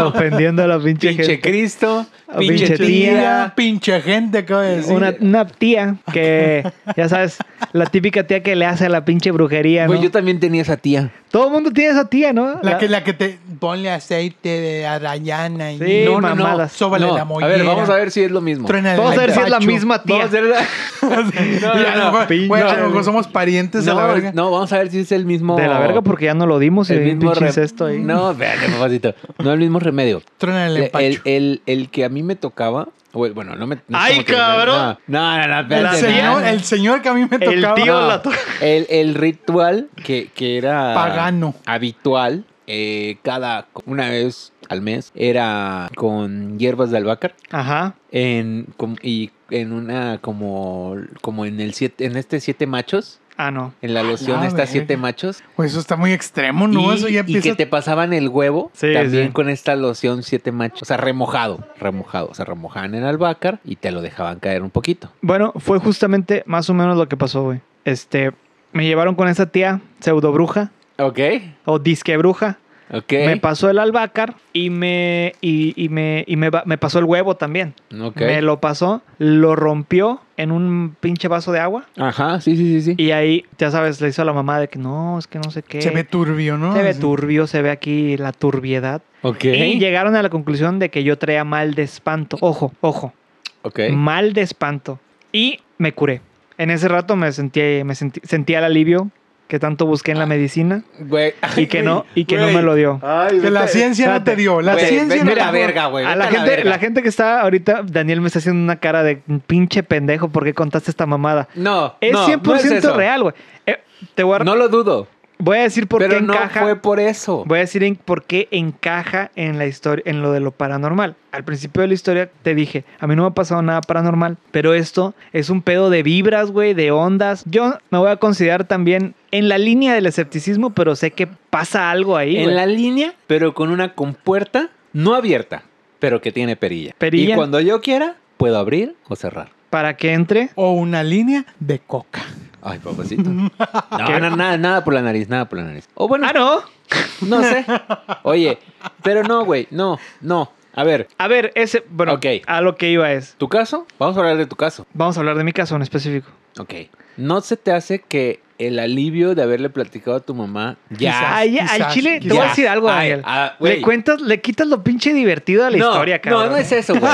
ofendiendo a la pinche,
Pinche
gente.
Cristo.
Ah,
Pinche,
pinche
tía.
tía.
pinche gente, acaba de decir.
Una, una tía que, ya sabes, la típica tía que le hace a la pinche brujería, ¿no?
Güey, yo también tenía esa tía.
Todo el mundo tiene esa tía, ¿no?
La
La-
que, la que te ponle aceite de arrayana y
Sí,
no, no, no,
mamadas.
sóbale
No,
la
a
mollera.
ver, vamos a ver si es lo mismo.
truénale
Vamos
el
a ver si es la
tacho.
misma tía.
Vamos a hacer- No,
Y a lo
no, no.
mejor- güey, a
no,
lo mejor somos parientes a la
No,
verga.
no, vamos a ver si es el mismo.
De la verga porque ya no lo dimos y
el
hay un
mismo
pinche
re-
incesto ahí.
No, espérate, papacito. No el mismo remedio.
Truénale el
El, el,
empacho.
el, el que a mí me tocaba. o el- Bueno, no me. no es
¡Ay,
como que-
cabrón!
No, no, no,
El,
espérate.
señor,
no.
el señor que a mí me
El
tocaba.
tío
No,
la to-
el, el ritual que, que era.
Pagano.
Habitual. eh, cada. Una vez al mes. Era con hierbas de albahaca.
Ajá.
En, com- y en una. Como. Como en, el siete, en este Siete Machos.
Ah, no.
En la loción
la
está Siete
verga.
Machos.
Pues eso está muy extremo, ¿no?
y,
eso ya
y
empieza.
que te pasaban el huevo
Sí,
también
sí.
con esta loción siete machos. O sea, remojado, remojado. O sea, remojaban en albácar y te lo dejaban caer un poquito.
Bueno, fue justamente más o menos lo que pasó, güey. Este, me llevaron con esa tía pseudo bruja
Ok,
o disque bruja.
ok.
Me pasó el albácar y me y, y me y me, va- me pasó el huevo también.
ok.
Me lo pasó, lo rompió en un pinche vaso de agua
Ajá, sí, sí, sí, sí.
y ahí, ya sabes, le hizo a la mamá de que no, es que no sé qué.
Se ve turbio, ¿no?
Se ve
Así.
turbio, se ve aquí la turbiedad.
Ah, Ok,
Y llegaron a la conclusión de que yo traía mal de espanto. Ojo, ojo.
ok.
mal de espanto y me curé. En ese rato me sentí, me sentí, sentí el alivio que tanto busqué en la medicina
Güey.
y que no y que
Ah. Güey.
no me lo dio.
Ay,
Que la ciencia no
espérate.
te dio. La
Güey,
ciencia
vete
no
a
te
la
dio.
verga, güey.
A
vete
la gente,
verga.
la gente que está ahorita, Daniel me está haciendo una cara de pinche pendejo porque contaste esta mamamada.
No,
Es
no,
100%
no es eso.
real, güey. Eh, te voy a,
No lo dudo.
voy a decir por qué
Pero no
encaja.
fue por eso.
Voy a decir en por qué encaja en la historia, en lo de lo paranormal. Al principio de la historia te dije, a mí no me ha pasado nada paranormal, pero esto es un pedo de vibras, güey, de ondas. Yo me voy a considerar también en la línea del escepticismo, pero sé que pasa algo ahí.
en
güey.
la línea, pero con una compuerta no abierta, pero que tiene perilla.
Perilla.
Y cuando yo quiera, puedo abrir o cerrar.
Para que entre.
O una línea de coca.
Ay, papacito. No, no, nada, nada por la nariz, nada por la nariz. O bueno,
Ah, no.
no sé. Oye, pero no, güey, no, no. A ver,
A ver, ese. Bueno,
Ok.
a lo que iba es.
¿tu caso? Vamos a hablar de tu caso.
Vamos a hablar de mi caso en específico.
Ok. ¿No se te hace que el alivio de haberle platicado a tu mamá ya?
Quizás,
Ay, al
quizás,
chile, te
quizás.
voy a decir algo,
Ah, Ay,
Daniel.
ah, güey.
le cuentas, le quitas lo pinche divertido a la
no,
historia, cabrón.
No, no es eso, güey.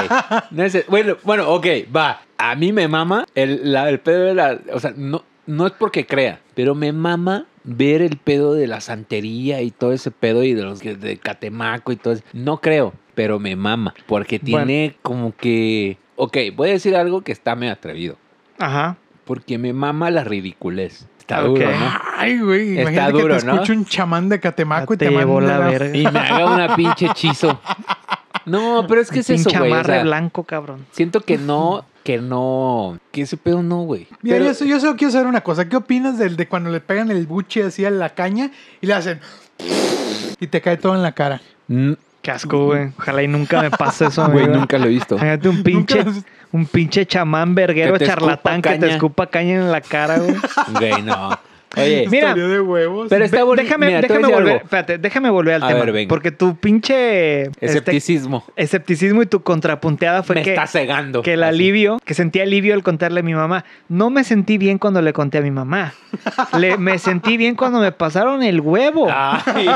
No es eso. Bueno, bueno, ok, va. A mí me mama el, la- el pedo de la. O sea, no, no es porque crea, pero me mama ver el pedo de la santería y todo ese pedo y de los que- de Catemaco y todo eso. No creo, pero me mama. Porque tiene como que. Ok, voy a decir algo que está medio atrevido.
Ajá.
Porque me mama la ridiculez. Está
Ok.
duro, ¿no?
Ay, güey.
Está
Imagínate que
duro,
te
¿no?
escuche un chamán de Catemaco y
te
te
llevó
manda
la
la-
verga.
Y me haga una pinche hechizo. No, pero es que es eso,
pinche
güey. o
amarre
sea,
blanco, cabrón.
siento que no, que no, que ese pedo no, güey.
Mira,
Pero-
yo, yo solo quiero saber una cosa. ¿Qué opinas del de cuando le pegan el buche así a la caña y le hacen. Y te cae todo en la cara?
Mm,
Qué asco, güey. Ojalá y nunca me pase eso,
Güey,
amigo.
nunca lo he visto.
Imagínate un pinche,
Nunca-
un pinche chamán verguero
Que te
charlatán
escupa
que te
caña.
escupa caña en la cara, güey.
Güey, no. Oye,
Mira,
Estaría de huevos.
pero está
Ve-
bonito.
déjame, déjame volver, espérate, déjame volver al
A
tema.
ver, venga.
Porque tu pinche este,
Escepticismo.
escepticismo y tu contrapunteada fue
me
que,
está cegando.
que el
Así.
alivio, que sentí alivio al contarle a mi mamá. No me sentí bien cuando le conté a mi mamá. Le- me sentí bien cuando me pasaron el huevo
Ay.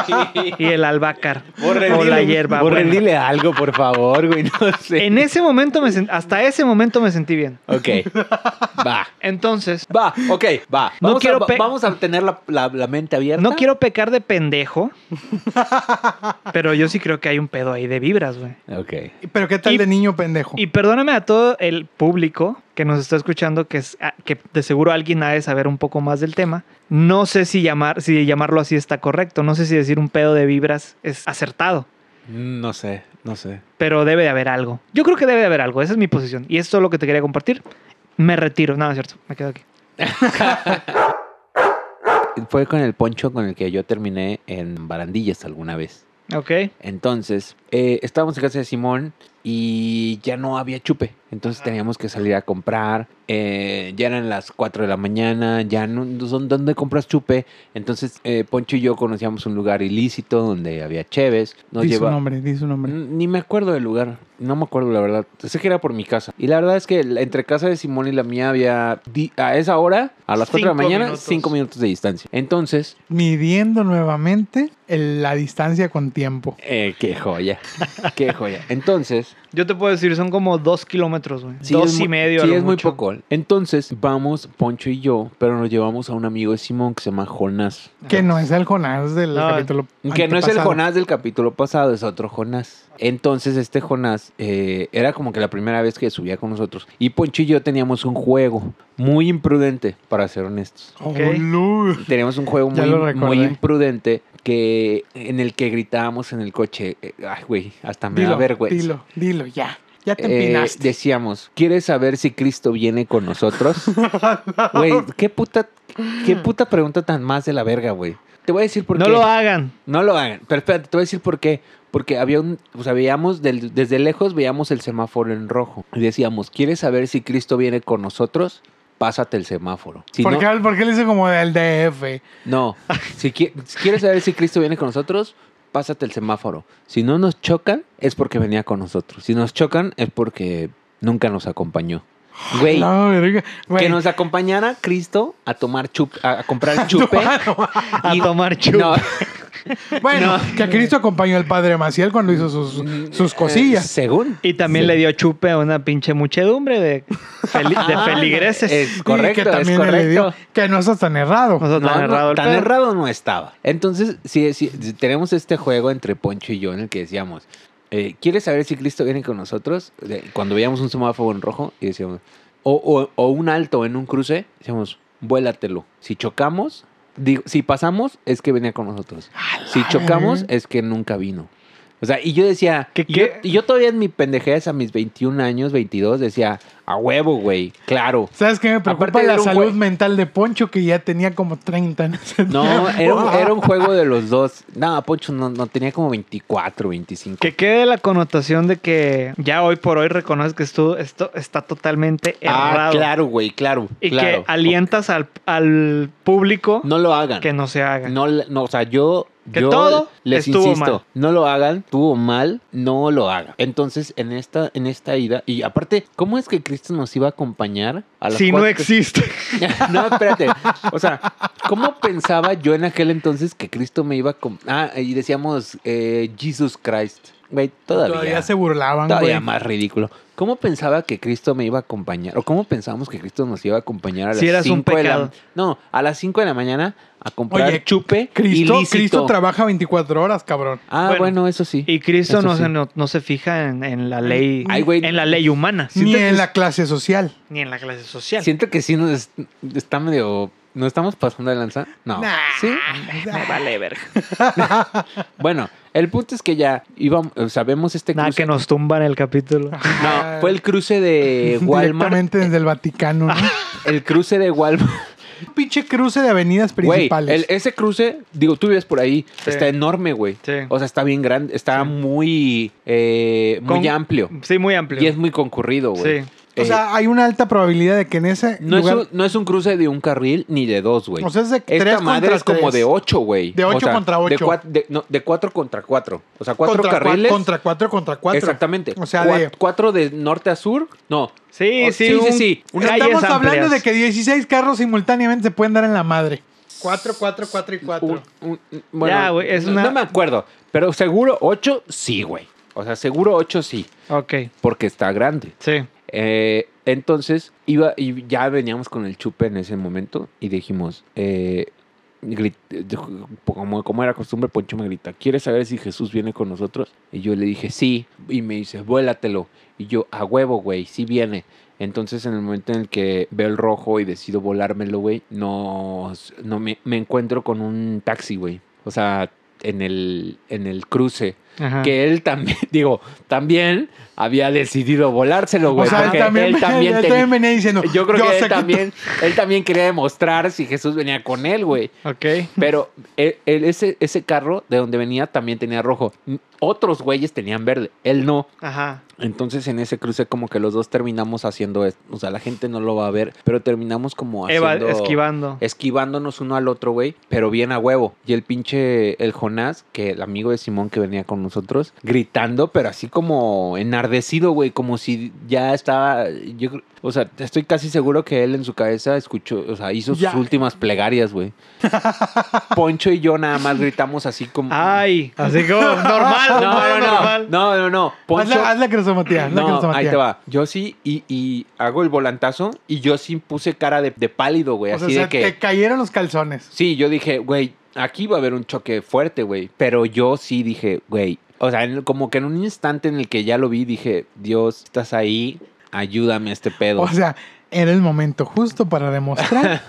y el albacar
Ah. Borre,
o la
dile-
hierba.
borre,
buena.
dile algo, por favor, güey. No sé.
En ese momento, me sen- hasta ese momento me sentí bien.
Ok. Va.
Entonces,
Va, ok, va.
No
Vamos,
quiero
a, va-
pe-
vamos a tener la, la- la mente abierta.
no quiero pecar de pendejo, pero yo sí creo que hay un pedo ahí de vibras, güey.
Ok.
Pero ¿qué tal
Y-
de niño pendejo?
Y perdóname a todo el público que nos está escuchando, que, es, ah, que de seguro alguien ha de saber un poco más del tema. No sé si, llamar, si llamarlo así está correcto, no sé si decir un pedo de vibras es acertado,
No sé, no sé.
pero debe de haber algo. Yo creo que debe de haber algo, esa es mi posición. Y esto es lo que te quería compartir. Me retiro, no, no es cierto, me quedo aquí.
Fue con el poncho con el que yo terminé en barandillas alguna vez.
Ok.
Entonces, eh, estábamos en casa de Simón y ya no había chupe. Entonces teníamos que salir a comprar. eh, ya eran las 4 de la mañana, ya no, no son- ¿dónde compras chupe? Entonces, eh, Poncho y yo conocíamos un lugar ilícito donde había cheves. Nos
Di su
lleva- Mm.
nombre, di su nombre.
N- Ni me acuerdo del lugar. No me acuerdo, la verdad. Sé que era por mi casa. Y la verdad es que la- entre casa de Simón y la mía había, di- a esa hora, a las 4 de la
Cinco
mañana,
minutos.
5 minutos de distancia. Entonces,
Midiendo nuevamente el- la distancia con tiempo.
eh, qué joya. qué joya. Entonces,
Yo te puedo decir, son como dos kilómetros, güey.
Sí,
dos
es
y
muy-
medio. a
Sí,
lo
es muy
mucho.
poco. Entonces, vamos, Poncho y yo, pero nos llevamos a un amigo de Simón que se llama Jonás.
Que no es el Jonás del
No,
capítulo.
Que no es el
antepasado.
Jonás del capítulo pasado, es otro Jonás. Entonces, este Jonás eh, era como que la primera vez que subía con nosotros. Y Poncho y yo teníamos un juego muy imprudente, para ser honestos.
Oh,
Ok.
Lord.
Teníamos un juego
Ya
muy,
lo recordé.
muy imprudente que en el que gritábamos en el coche. eh, Ay, güey, hasta me da
Dilo,
vergüenza.
dilo, dilo, ya. Ya te
Eh,
empinaste.
decíamos, ¿quieres saber si Cristo viene con nosotros? Güey, qué puta, qué puta pregunta tan más de la verga, güey. Te voy a decir por
No
qué.
lo hagan.
No lo hagan. Pero espérate, te voy a decir por qué. Porque había un, o sea, veíamos, del- desde lejos veíamos el semáforo en rojo. Y decíamos, ¿quieres saber si Cristo viene con nosotros? Pásate el semáforo. Si
¿Por,
no,
qué, por qué le hice como del DF?
no. Si, qui- si quieres saber si Cristo viene con nosotros, pásate el semáforo. Si no nos chocan, es porque venía con nosotros. Si nos chocan, es porque nunca nos acompañó. Güey,
La verga. Güey,
que nos acompañara Cristo a tomar chup, a a comprar chupe.
A
y-
tomar chup.
Ah, No,
Bueno, que a Cristo acompañó el padre Maciel cuando hizo sus, sus
eh,
cosillas.
según.
Y también
Sí.
le dio chupe a una pinche muchedumbre de, feli- de
Ah,
feligreses.
Es
Y
correcto,
que
es
también él le dio-
correcto.
que no está tan errado.
Pues, No
No,
está tan
no,
errado el
tan
pedo.
errado no estaba. Entonces, sí, sí, tenemos este juego entre Poncho y yo en el que decíamos, eh, ¿quieres saber si Cristo viene con nosotros? De- Cuando veíamos un semáforo en rojo y decíamos, o, o- o un alto en un cruce, decíamos, vuélatelo. Si chocamos, digo, si pasamos, es que venía con nosotros. Si chocamos,
verga.
es que nunca vino. O sea, y yo decía,
¿Qué,
y yo-
qué?
y Yo, todavía en mi pendejez a mis 21 años, 22, decía, a huevo, güey, claro.
¿Sabes qué me preocupa?
Aparte
La
era un
salud
güey-
mental de Poncho, que ya tenía como 30. en ese
No,
tiempo.
era un, era un juego de los dos. No, Poncho no, no tenía como 24, 25.
Que quede la connotación de que ya hoy por hoy reconoces que esto, esto está totalmente
Ah,
errado.
claro, güey, claro.
Y
claro.
que alientas al, al público
No lo hagan.
que no se haga.
No, le- no, o sea, yo,
Que
yo
todo
les
estuvo
insisto,
mal.
no lo hagan, estuvo mal, no lo hagan. Entonces, en esta, en esta ida, y aparte, ¿cómo es que Cristo nos iba a acompañar a las
Si no
cuatro-
existe.
no, espérate. O sea, ¿cómo pensaba yo en aquel entonces que Cristo me iba a... com- Ah, y decíamos eh, Jesus Christ. Güey, todavía...
Todavía, se burlaban,
Todavía
güey.
más ridículo. ¿Cómo pensaba que Cristo me iba a acompañar? ¿O cómo pensábamos que Cristo nos iba a acompañar a
Si
las
eras un
5 de la
pecado.
No, a las 5 de la mañana a comprar
Oye,
chupe
Cristo,
ilícito.
Cristo trabaja 24 horas, cabrón.
Ah, bueno,
Bueno,
eso sí.
Y Cristo
Eso
no,
sí.
se, no, no se fija en, en la ley
Ay, güey.
en la ley humana,
Sí
Ni
te-
en la clase social.
ni en la clase social.
Siento que sí nos est- está medio... ¿No estamos pasando de lanza? No. ¿Sí?
Me vale ver.
Bueno, el punto es que ya íbamos, sabemos este
Nada
cruce.
que nos tumban el capítulo.
No, fue el cruce de Walmart.
Directamente desde el Vaticano, ¿no?
El cruce de Walmart.
Un pinche cruce de avenidas
Güey,
principales.
el- ese cruce, digo, tú vives por ahí,
Sí.
está enorme, güey.
Sí.
O sea, está bien grande, está muy, eh, muy
Con-
amplio.
Sí, muy amplio.
Y es muy concurrido, güey.
Sí.
Eh,
o sea, hay una alta probabilidad de que en ese
no,
lugar...
es un, no es un cruce de un carril ni de dos, güey.
O sea, es de
Esta
tres
madre
contra
es como
tres.
de ocho, güey.
De
O
ocho
sea,
contra
de
ocho.
cuat- de- no, de cuatro contra cuatro. O sea, cuatro
contra, cua-
carriles.
Contra cuatro, contra cuatro.
Exactamente.
O sea,
Cua-
de-
cuatro de norte a sur. No.
Sí,
O-
sí,
Oh, sí, sí,
un-
sí.
calles
Estamos hablando
amplias.
de que 16 carros simultáneamente se pueden dar en la madre. Cuatro, cuatro, cuatro y cuatro.
Un- un- bueno,
Ya, güey, es
no-
una-
no me acuerdo, pero seguro 8 sí, güey. O sea, seguro 8 sí,
Ok,
porque está grande.
sí.
Eh, entonces, iba y ya veníamos con el chupe en ese momento y dijimos, eh, grit- como, como era costumbre, Poncho me grita, ¿quieres saber si Jesús viene con nosotros? Y yo le dije, sí, y me dice, vuélatelo. Y yo, a huevo, güey, sí viene. Entonces, en el momento en el que veo el rojo y decido volármelo, güey, no, no me, me encuentro con un taxi, güey. O sea, en el, en el cruce
Ajá.
que él también, digo, también había decidido volárselo,
O
güey.
sea, él
porque
también, él
teni-
también venía diciendo.
Yo creo que
sé
él también, él también quería demostrar si Jesús venía con él, güey.
Ok.
Pero él- él- ese, ese carro de donde venía también tenía rojo. Otros güeyes tenían verde, él no.
Ajá.
Entonces en ese cruce como que los dos terminamos haciendo esto. O sea, la gente no lo va a ver, pero terminamos como
Eva,
haciendo
esquivando.
esquivándonos uno al otro, güey, pero bien a huevo. Y el pinche, el Jonás, que el amigo de Simón que venía con nosotros, gritando, pero así como enardecido, güey, como si ya estaba, yo, creo- o sea, estoy casi seguro que él en su cabeza escuchó, o sea, hizo
Ya.
sus últimas plegarias, güey. Poncho y yo nada más gritamos así como...
Ay, así como
No,
normal, normal,
no, no,
normal.
no, no, no.
Haz
Poncho,
la, haz la cresomatía, haz la
no, ahí
cresomatía.
te va. Yo sí, y, y hago el volantazo, y yo sí puse cara de, de pálido, güey.
O sea,
Así
se
de que.
te cayeron los calzones.
Sí, yo dije, güey, aquí va a haber un choque fuerte, güey. Pero yo sí dije, güey. O sea, en- como que en un instante en el que ya lo vi, dije, Dios, estás ahí, ayúdame a este pedo.
O sea, era el momento justo para demostrar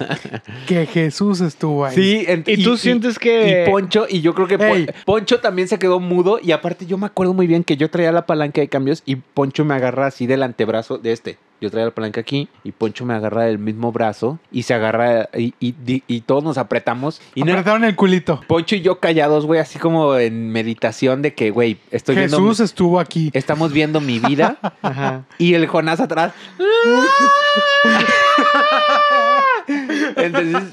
que Jesús estuvo ahí.
sí, ent-
Y tú sientes que-
Y Poncho, y yo creo que Pon-
Ey.
Poncho también se quedó mudo. Y aparte, yo me acuerdo muy bien que yo traía la palanca de cambios y Poncho me agarra así del antebrazo de este. Yo traía la palanca aquí y Poncho me agarra del mismo brazo y se agarra y, y- y- y todos nos apretamos. Y no,
Apretaron el culito.
Poncho y yo callados, güey, así como en meditación de que, güey, estoy viendo-
Jesús estuvo aquí.
estamos viendo mi vida
Ajá.
y el Jonás atrás. Entonces,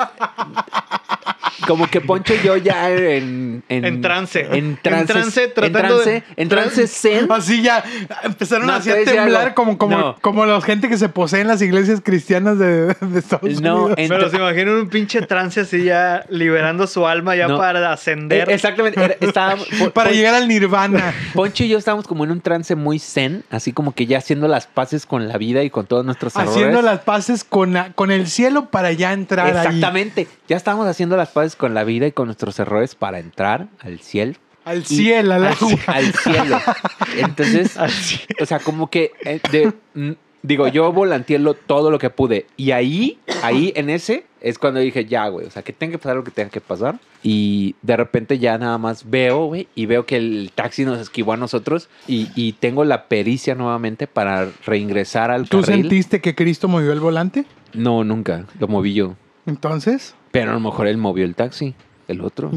como que Poncho y yo ya en... En,
En trance.
En trance.
En trance,
en
tratando
trance,
de-
en trance zen.
Así ya empezaron
No,
así a
te decía
temblar
algo.
como, como,
No.
como la gente que se posee en las iglesias cristianas de, de Estados
No, eh,
Unidos.
en-
Pero se imaginan un pinche trance así ya liberando su alma ya
No.
para
Eh,
ascender.
Exactamente. era- estábamos, Pon-
Para
Pon-
llegar al nirvana.
Poncho y yo estábamos como en un trance muy zen, así como que ya haciendo las paces con la vida y con todos nuestros
haciendo
errores.
las paces con, la- con el cielo para ya entrar ahí.
Exactamente. Ya estábamos haciendo las paces con la vida y con nuestros errores para entrar al cielo.
Al cielo, al
al,
agua.
al cielo. Entonces,
Así.
o sea, como que eh, de- mm, digo, yo volanteé lo- todo lo que pude. Y ahí, ahí en ese, es cuando dije, ya, güey, o sea, que tenga que pasar lo que tenga que pasar. Y de repente ya nada más veo, güey, y veo que el taxi nos esquivó a nosotros y, y tengo la pericia nuevamente para reingresar al
¿Tú
carril.
sentiste que Cristo movió el volante?
No, nunca, lo moví yo.
Entonces,
Pero a lo mejor él movió el taxi, el otro.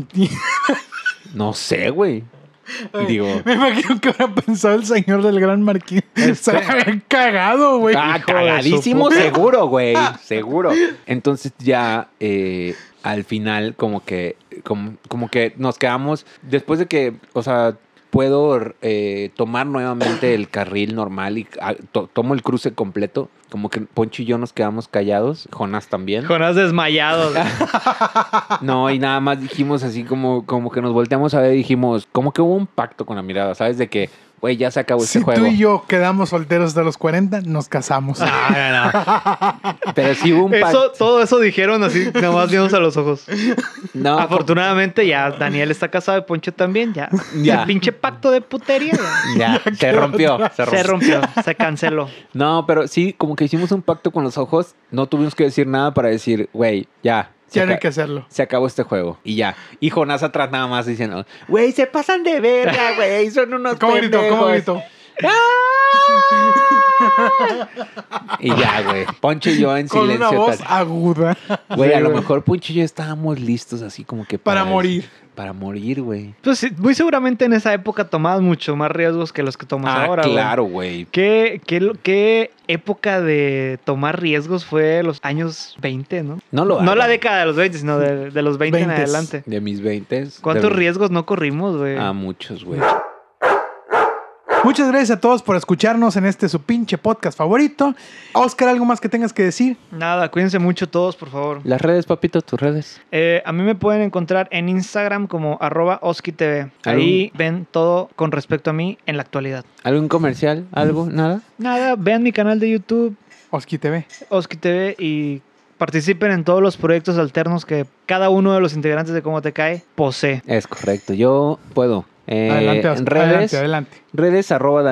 No sé, güey. Digo,
me imagino que habrá pensado el señor del gran marqués. Se la habían cagado, güey.
Este- ah,
hijo de su
cagadísimo,
puta.
seguro, güey, seguro. Entonces ya eh, al final como que, como, como que nos quedamos, después de que, o sea, puedo eh, tomar nuevamente el carril normal y ah, to- tomo el cruce completo, como que Poncho y yo nos quedamos callados, Jonás también.
Jonás desmayado. güey.
No, y nada más dijimos así como, como que nos volteamos a ver y dijimos, como que hubo un pacto con la mirada, ¿sabes? De que, güey, ya se acabó este
si
juego. Ah,
tú y yo quedamos solteros hasta los 40, nos casamos.
Pero sí hubo un pacto.
Ah, Eso, todo eso dijeron así, nomás vimos a los ojos.
No,
Afortunadamente ya Daniel está casado y Poncho también, ya.
Ya.
El pinche pacto de putería ya.
ya, se rompió, se rompió.
se rompió, se canceló.
No, pero sí, como que hicimos un pacto con los ojos, no tuvimos que decir nada para decir, güey, ya. se
Ya no hay
aca-
que hacerlo.
se acabó este juego y ya. Y Jonás atrás nada más diciendo, güey, se pasan de verga, güey, son unos
¿Cómo grito? ¿Cómo
pendejos".
grito?
Y ya, güey. Poncho y yo en
Con
silencio.
una voz
tal.
aguda.
Güey, a
Sí,
lo
güey.
mejor Poncho y yo estábamos listos así como que
Para morir.
Para morir, güey.
Pues sí, muy seguramente en esa época tomabas mucho más riesgos que los que tomas
Ah,
ahora. güey.
claro, güey.
¿Qué, qué, lo- qué época de tomar riesgos fue los años 20, no?
No lo
No la
hagan.
década de los 20, sino de, de los 20 en
Veintes.
adelante.
De mis 20.
¿Cuántos
de-
riesgos no corrimos, güey?
Ah, muchos, güey.
Muchas gracias a todos por escucharnos en este su pinche podcast favorito. Oscar, ¿algo más que tengas que decir?
Nada, cuídense mucho todos, por favor.
Las redes, papito, tus redes.
Eh, a mí me pueden encontrar en Instagram como arroba oskitv. Ahí ven todo con respecto a mí en la actualidad.
¿Algún comercial? ¿Algo?
Mm.
¿Nada?
Nada, vean mi canal de YouTube,
Oski TV.
OskiTV, y participen en todos los proyectos alternos que cada uno de los integrantes de Cómo Te Cae posee.
Es correcto. Yo puedo. Eh,
Adelante,
en
Oscar.
redes,
Adelante, adelante.
redes arroba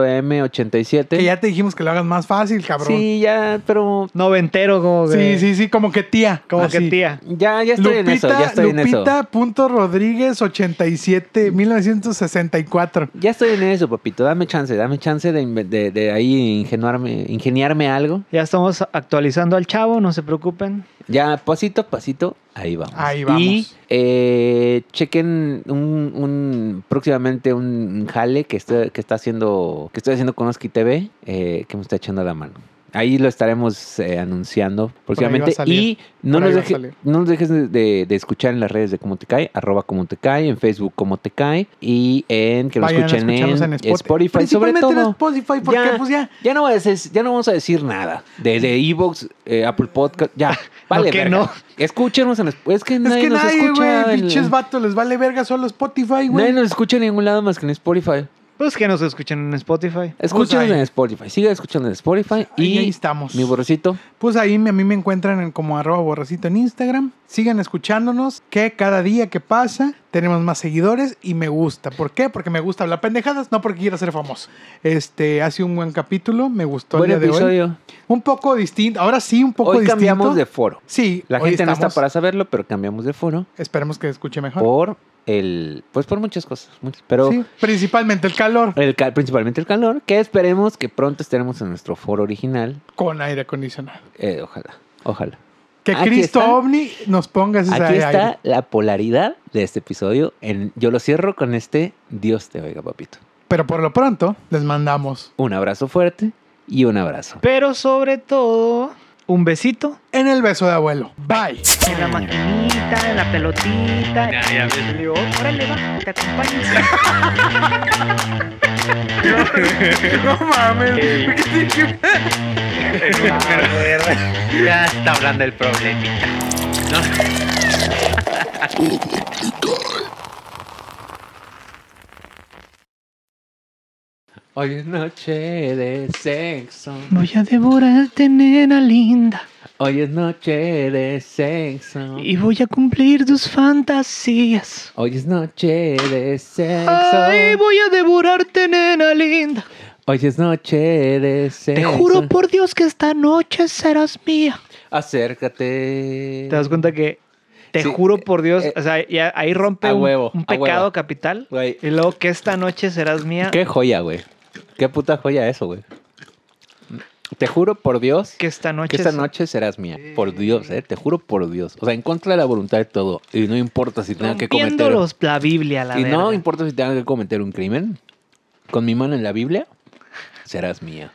daniel.m87.
Que ya te dijimos que lo hagas más fácil, cabrón. Sí,
Sí, ya, pero
Noventero, como que.
sí, sí, como que tía.
Como que
así.
tía.
ya, ya estoy en eso,
Lupita,
ya estoy en eso.
Lupita punto Rodríguez 87 1964.
Ya estoy en eso, papito. Dame chance, dame chance de, inve- de, de ahí ingenuarme, ingeniarme algo.
Ya estamos actualizando al chavo, no se preocupen.
Ya, pasito a pasito, ahí vamos.
Ahí vamos.
Y eh, chequen un, un- próximamente un jale que estoy, que está haciendo, que estoy haciendo con Oski TV, eh, que me está echando la mano. Ahí lo estaremos eh, anunciando próximamente.
salir.
Y no
Por
nos,
ahí va a
deje-
salir.
no nos dejes de, de- de escuchar en las redes de Cómo Te Cae, arroba Cómo Te Cae, en Facebook Cómo Te Cae y en que lo
Vayan a
escuchen
escucharnos
en,
en Spot-
Spotify. Sobre
Principalmente en
todo,
Spotify, porque
Ya.
pues ya.
ya no, voy a decir- ya no vamos a decir nada. De, de Evox, eh, Apple Podcast, ya. Vale,
que
verga.
no.
Escúchenos en... Es que
Es
nadie
que
nos
nadie,
escucha.
güey,
en-
pinches vatos, les vale verga solo Spotify,
nadie
güey.
nos escucha en ningún lado más que en Spotify.
Pues que nos escuchen en Spotify.
Escúchenos
Pues ahí.
en Spotify. Sigue escuchando en Spotify.
Ahí-
y
ahí estamos.
Mi borrocito.
Pues ahí me- a mí me encuentran en como arroba borracito en Instagram. Sigan escuchándonos, que cada día que pasa tenemos más seguidores y me gusta. ¿Por qué? Porque me gusta hablar pendejadas, no porque quiera ser famoso. Este, hace un buen capítulo, me gustó
Buen
el día de hoy.
episodio.
Un poco distinto, ahora sí, un poco
Hoy
distinto.
cambiamos de foro.
Sí,
La
hoy
gente no
estamos-
está para saberlo, pero cambiamos de foro
Esperemos que escuche mejor.
por el... Pues por muchas cosas. muchas- Pero...
Sí, principalmente el calor
el cal- principalmente el calor, que esperemos que pronto estaremos en nuestro foro original.
con aire acondicionado.
Eh, ojalá, ojalá.
Que
Aquí
Cristo
está.
OVNI nos ponga ese
Aquí
aire.
está la polaridad de este episodio. En, yo lo cierro con este Dios te oiga, papito.
Pero por lo pronto, les mandamos
Un abrazo fuerte y un abrazo.
Pero sobre todo, un besito
en el beso de abuelo. Bye.
En la maquinita, en la pelotita. Ya, ya ves, le digo, órale, va, te acompaño.
Ya está hablando el problemita. Hoy es noche de sexo.
Voy a devorarte, nena linda.
Hoy es noche de sexo.
Y voy a cumplir tus fantasías.
Hoy es noche de sexo.
Ay, voy a devorarte, nena linda.
Hoy sí es noche de
Te
sexo.
juro por Dios que esta noche serás mía.
Acércate.
¿Te das cuenta que te
Sí,
juro por Dios?
eh,
o sea, ya ahí rompe
a
un,
huevo,
un
a huevo.
pecado capital.
Güey.
Y luego que esta noche serás mía.
Qué joya, güey. Qué puta joya eso, güey. Te juro por Dios
Que esta noche.
que esta
se-
noche serás mía. Por Dios, eh. Te juro por Dios. O sea, en contra de la voluntad de todo. Y no importa si tenga que cometer.
Rompiéndolos la Biblia, la
y no
verga.
importa si tenga que cometer un crimen. Con mi mano en la Biblia, serás mía.